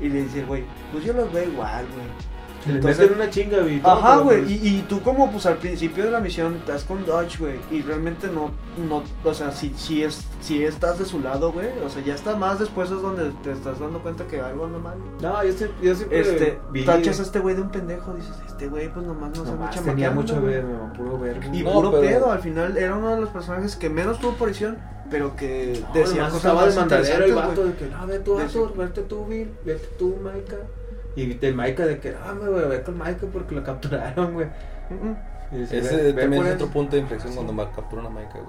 Speaker 2: Y le dice, el güey, pues yo los veo igual, güey.
Speaker 1: Le
Speaker 2: Entonces-
Speaker 1: meten una chinga, güey. ¿Cómo
Speaker 2: Ajá,
Speaker 1: te lo
Speaker 2: güey.
Speaker 1: crees?
Speaker 2: Y, y tú como, pues al principio de la misión estás con Dodge, güey. Y realmente no, no, o sea, si, si, es, si estás de su lado, güey. O sea, ya está más después es donde te estás dando cuenta que algo anda mal.
Speaker 1: No, yo, siempre- yo siempre
Speaker 2: Este,
Speaker 1: vi-
Speaker 2: tachas a este güey de un pendejo, dices, este güey, pues nomás no se
Speaker 1: Nomás
Speaker 2: mucha
Speaker 1: tenía mucho verbo, puro verbo.
Speaker 2: Y
Speaker 3: No,
Speaker 2: puro
Speaker 3: pero-
Speaker 2: pedo, al final era uno de los personajes que menos tuvo aparición, pero que decía
Speaker 1: además
Speaker 2: cosas
Speaker 1: estaba
Speaker 2: más
Speaker 1: de mandadero el
Speaker 2: interesantes,
Speaker 1: vato
Speaker 2: güey.
Speaker 1: de que, no, ve tú,
Speaker 2: De-
Speaker 1: Arthur, vete tú, Bill, vete tú, Maika. Y el Maika de que, ah, me voy a ver con Maika porque lo capturaron, güey.
Speaker 2: Mm, mm.
Speaker 1: Y dice, "Ve-
Speaker 3: Ese
Speaker 1: ve
Speaker 3: también
Speaker 1: por
Speaker 3: es
Speaker 1: él".
Speaker 3: otro punto de inflexión cuando me captura una maica, güey.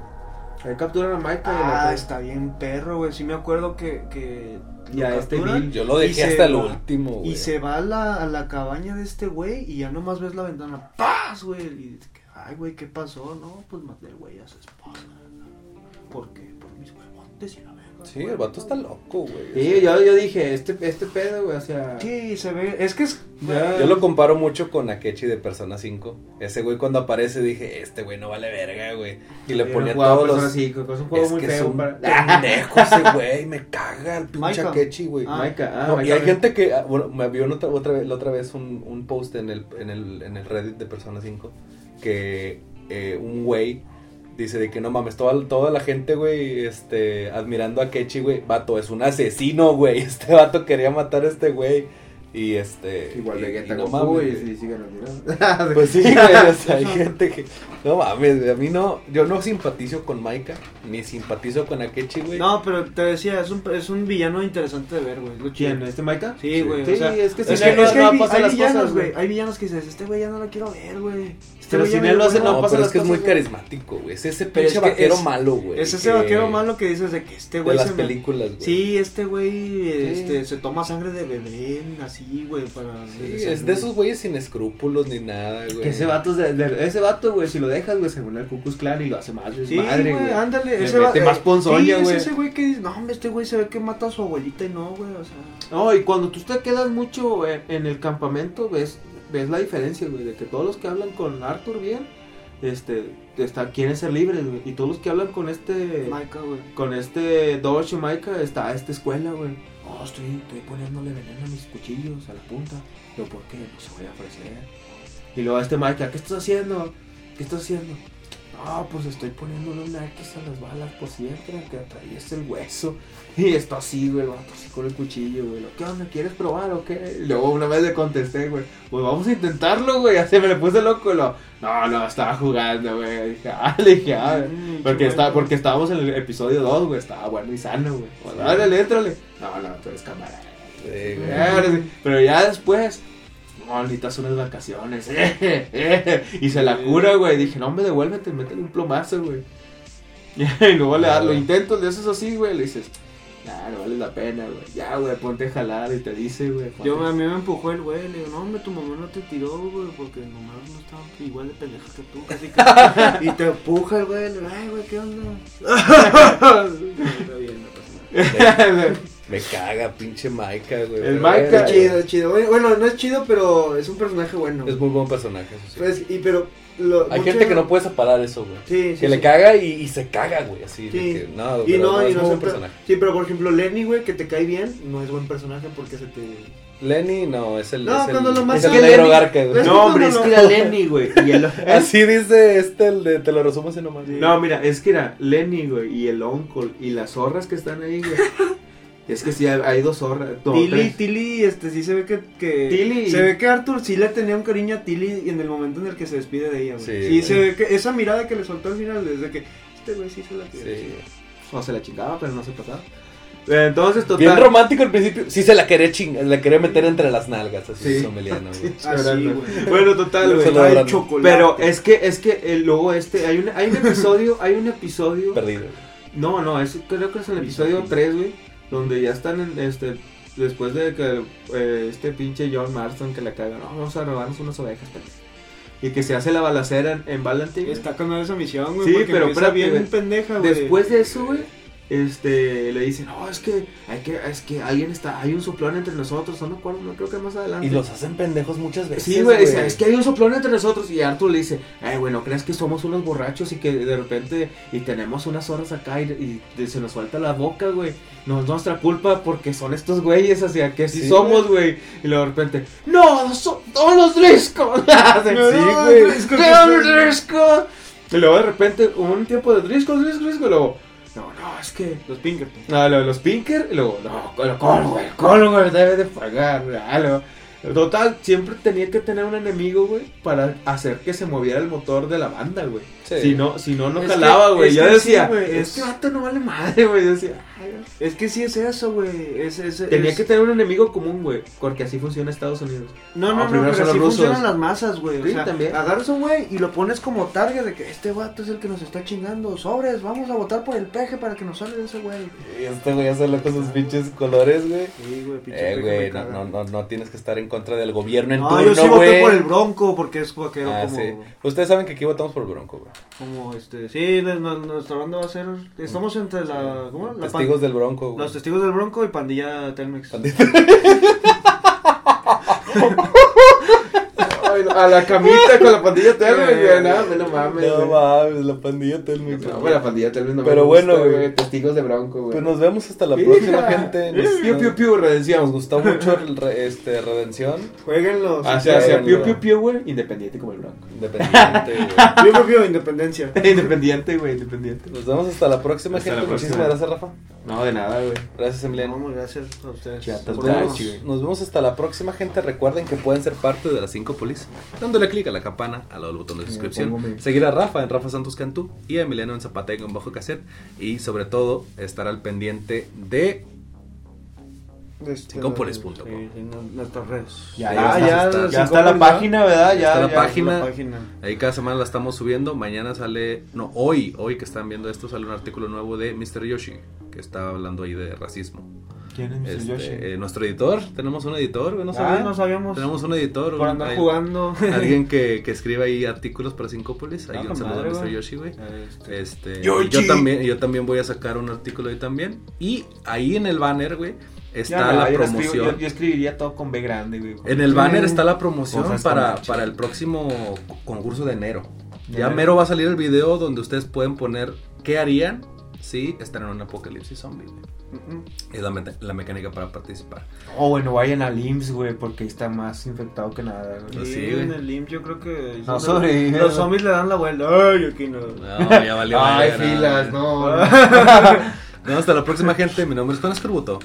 Speaker 1: Ahí capturan a Maika y
Speaker 2: Ah,
Speaker 1: lo-
Speaker 2: está bien perro, güey. Sí me acuerdo que... que
Speaker 1: Y
Speaker 2: lo
Speaker 1: a este
Speaker 2: capturan
Speaker 1: Bill,
Speaker 3: Yo lo
Speaker 2: y
Speaker 3: dejé
Speaker 2: se
Speaker 3: hasta el
Speaker 2: va-
Speaker 3: último, güey.
Speaker 2: Y se va a la, a la cabaña de este güey y ya nomás ves la ventana. ¡Paz, güey! Y dices que, ay, güey, ¿qué pasó? No, pues maté al güey a su esposa. ¿Por qué? Por mis huevotes y la verga.
Speaker 3: Sí, el vato está loco, güey.
Speaker 1: Sí, yo, yo dije, este, este pedo, güey, o sea.
Speaker 2: Sí, se ve... Es que es...
Speaker 1: ya-
Speaker 3: Yo lo comparo mucho con Akechi de Persona 5. Ese güey cuando aparece dije, este güey no vale verga, güey. Y le
Speaker 1: Yo
Speaker 3: ponía
Speaker 1: no pues, jugaba
Speaker 3: todos
Speaker 1: Persona
Speaker 3: los...
Speaker 1: 5, es un juego
Speaker 3: Es
Speaker 1: muy
Speaker 3: que Ah, es
Speaker 1: feo
Speaker 3: un <laughs>
Speaker 1: para-
Speaker 3: pendejo ese güey, me caga el pinche
Speaker 2: Maica.
Speaker 3: Akechi, güey.
Speaker 2: Ah,
Speaker 1: Maika, ah,
Speaker 3: No, y
Speaker 1: Maika
Speaker 3: hay
Speaker 1: me-
Speaker 3: gente que, ah, bueno, me vio otra, otra vez, la otra vez un, un post en el, en, el, en el Reddit de Persona 5 que eh, un güey dice de que no mames, toda, toda la gente, güey, este, admirando a Kechi, güey, vato, es un asesino, güey, <laughs> este vato quería matar a este güey y este...
Speaker 1: <laughs> Igual
Speaker 3: y-
Speaker 1: Vegeta
Speaker 3: y no
Speaker 1: con
Speaker 3: mames,
Speaker 1: Goku y
Speaker 3: güey.
Speaker 1: y siguen
Speaker 3: <laughs>
Speaker 1: olvidando.
Speaker 3: Pues sí, güey, o sea,
Speaker 1: <laughs>
Speaker 3: hay gente que... No mames, güey, a mí no, yo no simpatizo con Maika, ni simpatizo con Akechi, güey.
Speaker 2: No, pero te decía, es un, es un villano interesante de ver, güey. es lo chido.
Speaker 1: ¿Quién? ¿Este Maika?
Speaker 2: Sí, güey.
Speaker 1: Sí,
Speaker 2: o sea,
Speaker 1: es que
Speaker 2: es
Speaker 1: si
Speaker 2: que,
Speaker 1: no,
Speaker 2: es que
Speaker 1: no
Speaker 2: hay, vi-
Speaker 1: pasan
Speaker 2: hay
Speaker 1: las
Speaker 2: villanos,
Speaker 1: cosas,
Speaker 2: güey.
Speaker 1: güey.
Speaker 2: Hay villanos que dices, este güey ya no lo quiero ver, güey.
Speaker 4: Pero
Speaker 2: güey
Speaker 4: si
Speaker 2: ya me
Speaker 4: no lo
Speaker 2: dio
Speaker 4: hace,
Speaker 2: hueva.
Speaker 3: No,
Speaker 4: pasan
Speaker 3: pero
Speaker 4: las
Speaker 3: es que es muy
Speaker 4: cosas, güey.
Speaker 3: carismático, güey. Es ese
Speaker 2: Pero es
Speaker 3: pinche
Speaker 2: que
Speaker 3: vaquero
Speaker 2: es-
Speaker 3: malo, güey.
Speaker 2: Es ese
Speaker 3: que-
Speaker 2: vaquero malo que dices de que este
Speaker 3: De
Speaker 2: güey
Speaker 3: las
Speaker 2: se me-
Speaker 3: películas, güey.
Speaker 2: Sí, este güey este,
Speaker 3: Sí.
Speaker 2: se toma sangre de bebé, así, güey, para...
Speaker 3: Sí, es de esos güeyes sin escrúpulos ni nada, güey.
Speaker 4: Que ese vato, es de, de- ese vato, güey, si lo dejas, güey, según el Cucus Clan y lo hace más
Speaker 2: Sí,
Speaker 4: desmadre,
Speaker 2: güey,
Speaker 4: güey.
Speaker 2: ándale.
Speaker 4: Le
Speaker 2: Ese va-
Speaker 4: mete
Speaker 2: eh,
Speaker 4: más ponzoña,
Speaker 2: Sí,
Speaker 4: güey.
Speaker 2: es ese güey que dice, no, hombre, este güey se ve que mata a su abuelita y no, güey, o sea...
Speaker 1: No, y cuando tú te quedas mucho en, en el campamento, ves, ves la diferencia, güey, de que todos los que hablan con Arthur bien, este, está, quieren ser libres, güey, y todos los que hablan con este,
Speaker 2: Maica, güey.
Speaker 1: con este Dodge y Micah, está a esta escuela, güey. Oh, estoy, estoy poniéndole veneno a mis cuchillos, a la punta. Yo, ¿por qué? No se voy a ofrecer. Y luego este Micah, ¿qué estás haciendo? ¿Qué estás haciendo? No, pues estoy poniéndole una X a las balas por siempre, que atraviese el hueso. Y está así, güey, el vato así con el cuchillo, güey. ¿Qué onda? ¿Quieres probar o qué? Y luego una vez le contesté, güey, pues vamos a intentarlo, güey. <laughs> Así me le puse loco y lo, no, no, estaba jugando, güey. Dije, ah, <laughs> le dije, ah,
Speaker 2: Mm,
Speaker 1: porque,
Speaker 2: qué
Speaker 1: está,
Speaker 2: bueno.
Speaker 1: porque estábamos en el episodio 2, güey. Estaba bueno y sano, güey. Bueno, Dale, éntrale. No, no, tú eres camarada.
Speaker 3: Sí, güey.
Speaker 1: Eh, ahora sí. Pero ya después, no, necesitas unas vacaciones. <laughs> eh, eh. Y se la cura, güey. Dije, no, hombre, devuélvete, métele un plomazo, güey. <laughs> Y luego le da, lo intentas, le haces así, güey. Le dices, nah, no vale la pena, güey. Ya, güey, ponte a jalar. Y te dice, güey. ponte-
Speaker 2: Yo, a mí me empujó el güey, le digo, no, hombre, tu mamá no te tiró, güey, porque mamá no estaba igual de pendeja que tú, casi que... <laughs> y te empuja el güey, le digo, ay, güey, ¿qué onda? Está bien, no pasa nada.
Speaker 3: Me caga, pinche Maika, güey.
Speaker 1: El
Speaker 3: Pero
Speaker 1: Maika,
Speaker 3: bueno,
Speaker 2: Está chido, es chido. Bueno, Bueno, no es chido, pero es un personaje bueno.
Speaker 3: Es muy buen personaje, eso sí.
Speaker 2: Pues, y pero... lo-
Speaker 3: Hay
Speaker 2: mucha-
Speaker 3: gente que no puede separar eso, güey.
Speaker 2: Sí, sí,
Speaker 3: que le
Speaker 2: sí.
Speaker 3: caga y, y se caga, güey. Así de
Speaker 2: Sí.
Speaker 3: que, no,
Speaker 2: Y
Speaker 3: pero
Speaker 2: no, y no
Speaker 3: es muy
Speaker 2: se
Speaker 3: buen
Speaker 2: pre-
Speaker 3: personaje.
Speaker 2: Sí, pero por ejemplo, Lenny, güey, que te cae bien, no es buen personaje porque se te.
Speaker 3: Lenny, no, es el.
Speaker 2: No,
Speaker 3: es el-
Speaker 2: cuando lo
Speaker 3: Es
Speaker 2: matan-
Speaker 3: el
Speaker 2: Es que
Speaker 3: negro
Speaker 2: Lenny-
Speaker 3: garca, güey.
Speaker 2: es-
Speaker 1: No, hombre, es que era Lenny, güey. Y el-
Speaker 3: Así dice este, el de, te lo resumo así nomás.
Speaker 2: Sí.
Speaker 1: No, mira, es que era Lenny, güey, y el Uncle, y las zorras que están ahí, güey. es que sí, hay, hay dos zorras. No,
Speaker 2: Tilly,
Speaker 1: tres.
Speaker 2: Tilly, este sí se ve que. que-
Speaker 1: Tilly.
Speaker 2: Se ve que Arthur sí le tenía un cariño a Tilly en el momento en el que se despide de ella, güey.
Speaker 3: Sí,
Speaker 2: Sí,
Speaker 3: güey.
Speaker 2: se ve que esa mirada que le soltó al final, desde que. Este güey sí se la quiere.
Speaker 3: Sí.
Speaker 1: O se la chingaba, pero no se pasaba. Entonces, total.
Speaker 3: Bien romántico al principio. Sí se la quería chingar, la quería meter entre las nalgas,
Speaker 1: <laughs>
Speaker 3: así
Speaker 1: Sí.
Speaker 3: someliano, güey.
Speaker 2: Así, Ah, güey.
Speaker 1: Bueno, total,
Speaker 3: Se
Speaker 1: güey.
Speaker 3: lo
Speaker 2: Trae
Speaker 3: abrazó.
Speaker 2: chocolate.
Speaker 1: Pero es que, es que eh, luego este, hay un, hay un episodio, hay un episodio.
Speaker 3: Perdido.
Speaker 1: No, no, es, creo que es el episodio 3, güey, donde ya están en este. Después de que eh, este pinche John Marston que la caga, no, vamos a robarnos unas ovejas, pendejo". Y que se hace la balacera en, en Valentine. güey.
Speaker 2: Está con esa misión, güey.
Speaker 1: Sí,
Speaker 2: porque
Speaker 1: pero
Speaker 2: empieza
Speaker 1: espérate,
Speaker 2: bien
Speaker 1: güey.
Speaker 2: pendeja, güey.
Speaker 1: Después de eso, güey, este, le dicen, no, es que, hay que, es que alguien está, hay un soplón entre nosotros, no me acuerdo, no creo que más adelante.
Speaker 3: Y los hacen pendejos muchas veces.
Speaker 1: Sí, güey, dice, es que hay un soplón entre nosotros. Y Arthur le dice, ay, güey, ¿no crees que somos unos borrachos y que de repente, y tenemos unas horas acá y, y se nos suelta la boca, güey? No es nuestra culpa porque son estos güeyes, hacia que sí,
Speaker 3: Sí,
Speaker 1: somos, güey. Y luego de repente, no, son todos los Driscoll. <laughs> sí,
Speaker 2: No, no,
Speaker 1: güey,
Speaker 2: Driscoll,
Speaker 1: "Son
Speaker 2: sí.
Speaker 1: Driscoll". Y luego de repente, hubo un tiempo de Driscoll, Driscoll, Driscoll, y luego, no, no, es que...
Speaker 2: Los Pinkerton.
Speaker 1: Ah, lo de los Pinker, y luego, no, Col- Colwell, Colwell debe de pagar, ah, lo- Total, siempre tenía que tener un enemigo, güey, para hacer que se moviera el motor de la banda, güey.
Speaker 3: Sí.
Speaker 1: Si no, si no, no
Speaker 2: Es
Speaker 1: calaba,
Speaker 2: que-
Speaker 1: güey.
Speaker 2: es
Speaker 1: Yo
Speaker 2: que sí,
Speaker 1: decía,
Speaker 2: güey, es-
Speaker 1: este vato no vale madre, güey. Yo decía, "Ay, güey".
Speaker 2: Es que sí es eso, güey. Es, es,
Speaker 1: tenía
Speaker 2: es-
Speaker 1: que tener un enemigo común, güey, porque así funciona Estados Unidos.
Speaker 2: No,
Speaker 1: No,
Speaker 2: no, no,
Speaker 1: primero
Speaker 2: pero
Speaker 1: son los
Speaker 2: así
Speaker 1: rusos.
Speaker 2: funcionan las masas, güey. O
Speaker 1: Sí,
Speaker 2: sea,
Speaker 1: también.
Speaker 2: agarras un güey y lo pones como target de que este vato es el que nos está chingando. Sobres, vamos a votar por el peje para que nos salga de ese güey.
Speaker 3: Y Este güey hace loco sus pinches colores, güey.
Speaker 2: Sí, güey,
Speaker 3: Eh, güey, no, no, no, no tienes que estar en contra del gobierno en
Speaker 2: No,
Speaker 3: turno,
Speaker 2: yo sí voté
Speaker 3: güey.
Speaker 2: por el bronco porque es vaquero
Speaker 3: Ah,
Speaker 2: como,
Speaker 3: sí. Ustedes saben que aquí votamos por Bronco, güey.
Speaker 2: como este. Sí, de- no- nuestra banda va a ser. Estamos entre la. ¿Cómo? La pan-
Speaker 3: Testigos del Bronco, güey.
Speaker 2: Los
Speaker 3: <laughs>
Speaker 2: testigos del bronco y pandilla Telmex.
Speaker 1: a la camita con la pandilla
Speaker 2: Telmex, güey, no,
Speaker 1: no mames.
Speaker 3: No mames, la pandilla Telmex.
Speaker 1: No,
Speaker 3: güey.
Speaker 1: güey, la pandilla tal vez no me
Speaker 3: Pero
Speaker 1: gusta,
Speaker 3: bueno, güey.
Speaker 1: Testigos de bronco, güey.
Speaker 3: Pues nos vemos hasta la
Speaker 1: Hija.
Speaker 3: próxima, gente. este Nos,
Speaker 1: Piu, piu, piu,
Speaker 3: nos
Speaker 1: redención.
Speaker 3: gustó mucho el re-
Speaker 1: <laughs>
Speaker 3: este, Redención.
Speaker 2: Jueguenlos.
Speaker 1: Hacia, hacia
Speaker 3: Sí,
Speaker 1: piu,
Speaker 3: güey.
Speaker 1: piu, piu, güey, independiente como el bronco. <laughs>
Speaker 3: Independiente, güey.
Speaker 2: Yo prefiero independencia.
Speaker 1: Independiente, güey, independiente.
Speaker 3: Nos vemos hasta la próxima,
Speaker 1: Hasta la
Speaker 3: gente.
Speaker 1: próxima.
Speaker 3: Muchísimas gracias, Rafa.
Speaker 1: No, de nada, güey.
Speaker 3: Gracias, Emiliano.
Speaker 2: Vamos, gracias a ustedes.
Speaker 1: Chatas,
Speaker 2: Por
Speaker 3: Nos vemos,
Speaker 1: Gracias, güey.
Speaker 3: nos vemos hasta la próxima, gente. Recuerden que pueden ser parte de las 5 polis dándole clic a la campana al lado del botón de
Speaker 1: pongo mi-
Speaker 3: suscripción. Seguir a Rafa en Rafa Santos Cantú y a Emiliano en Zapata y con Bajo Cassette. Y sobre todo, estar al pendiente de
Speaker 2: Este,
Speaker 3: Cinecopolis.com.
Speaker 2: sí, en nu- nuestras redes.
Speaker 1: Ya, ya,
Speaker 3: Ah, ya
Speaker 1: ya.
Speaker 3: está-
Speaker 2: las
Speaker 3: ya
Speaker 1: está la
Speaker 2: Cinecopolis,
Speaker 1: página, ¿verdad? Ya,
Speaker 3: está la
Speaker 1: ya.
Speaker 3: página.
Speaker 2: La página.
Speaker 3: Ahí cada semana la estamos subiendo. Mañana sale, no, hoy, hoy que están viendo esto, sale un artículo nuevo de Mr. Yoshi, que está hablando ahí de racismo.
Speaker 1: ¿Quién es Mr.
Speaker 3: Este,
Speaker 1: Yoshi?
Speaker 3: eh, nuestro editor, tenemos un editor, güey, no
Speaker 2: Ah,
Speaker 3: sabía.
Speaker 2: no sabíamos
Speaker 3: Tenemos un editor,
Speaker 2: por
Speaker 3: un-
Speaker 2: andar
Speaker 3: ahí-
Speaker 2: jugando.
Speaker 3: alguien que, que escribe ahí artículos para Sincópolis. Ahí
Speaker 2: Ah,
Speaker 3: un
Speaker 2: con
Speaker 3: saludo
Speaker 2: madre,
Speaker 3: a Mr.
Speaker 2: güey.
Speaker 3: Yoshi, güey. Este,
Speaker 2: Yoshi.
Speaker 3: Yo también, yo también voy a sacar un artículo ahí también. Y ahí en el banner, güey,
Speaker 1: Ya,
Speaker 3: está
Speaker 1: no,
Speaker 3: la
Speaker 1: yo escribo-
Speaker 3: promoción.
Speaker 1: yo, yo escribiría todo con B grande, güey.
Speaker 3: En el banner está la promoción
Speaker 1: Cosas
Speaker 3: para,
Speaker 1: con H.
Speaker 3: para el próximo co- concurso de enero.
Speaker 1: De
Speaker 3: Ya
Speaker 1: enero.
Speaker 3: mero va a salir el video donde ustedes pueden poner qué harían si están en un apocalipsis zombie. güey.
Speaker 2: Ujú.
Speaker 3: Es la, meta- la mecánica para participar.
Speaker 1: O bueno, vayan al IMSS, güey, porque está más infectado que nada, güey.
Speaker 3: Pues Sí,
Speaker 2: Sí,
Speaker 3: güey.
Speaker 2: en el IMSS yo creo que...
Speaker 1: No sobrevive,
Speaker 2: Los
Speaker 1: güey.
Speaker 2: zombies le dan la vuelta. Ay, aquí no.
Speaker 3: No,
Speaker 1: <laughs>
Speaker 3: ya valió.
Speaker 6: Ay,
Speaker 3: verga,
Speaker 6: filas,
Speaker 3: no.
Speaker 6: no.
Speaker 3: <laughs> No, hasta la próxima, gente. Mi nombre es Juan Escorbuto.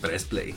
Speaker 3: Press play.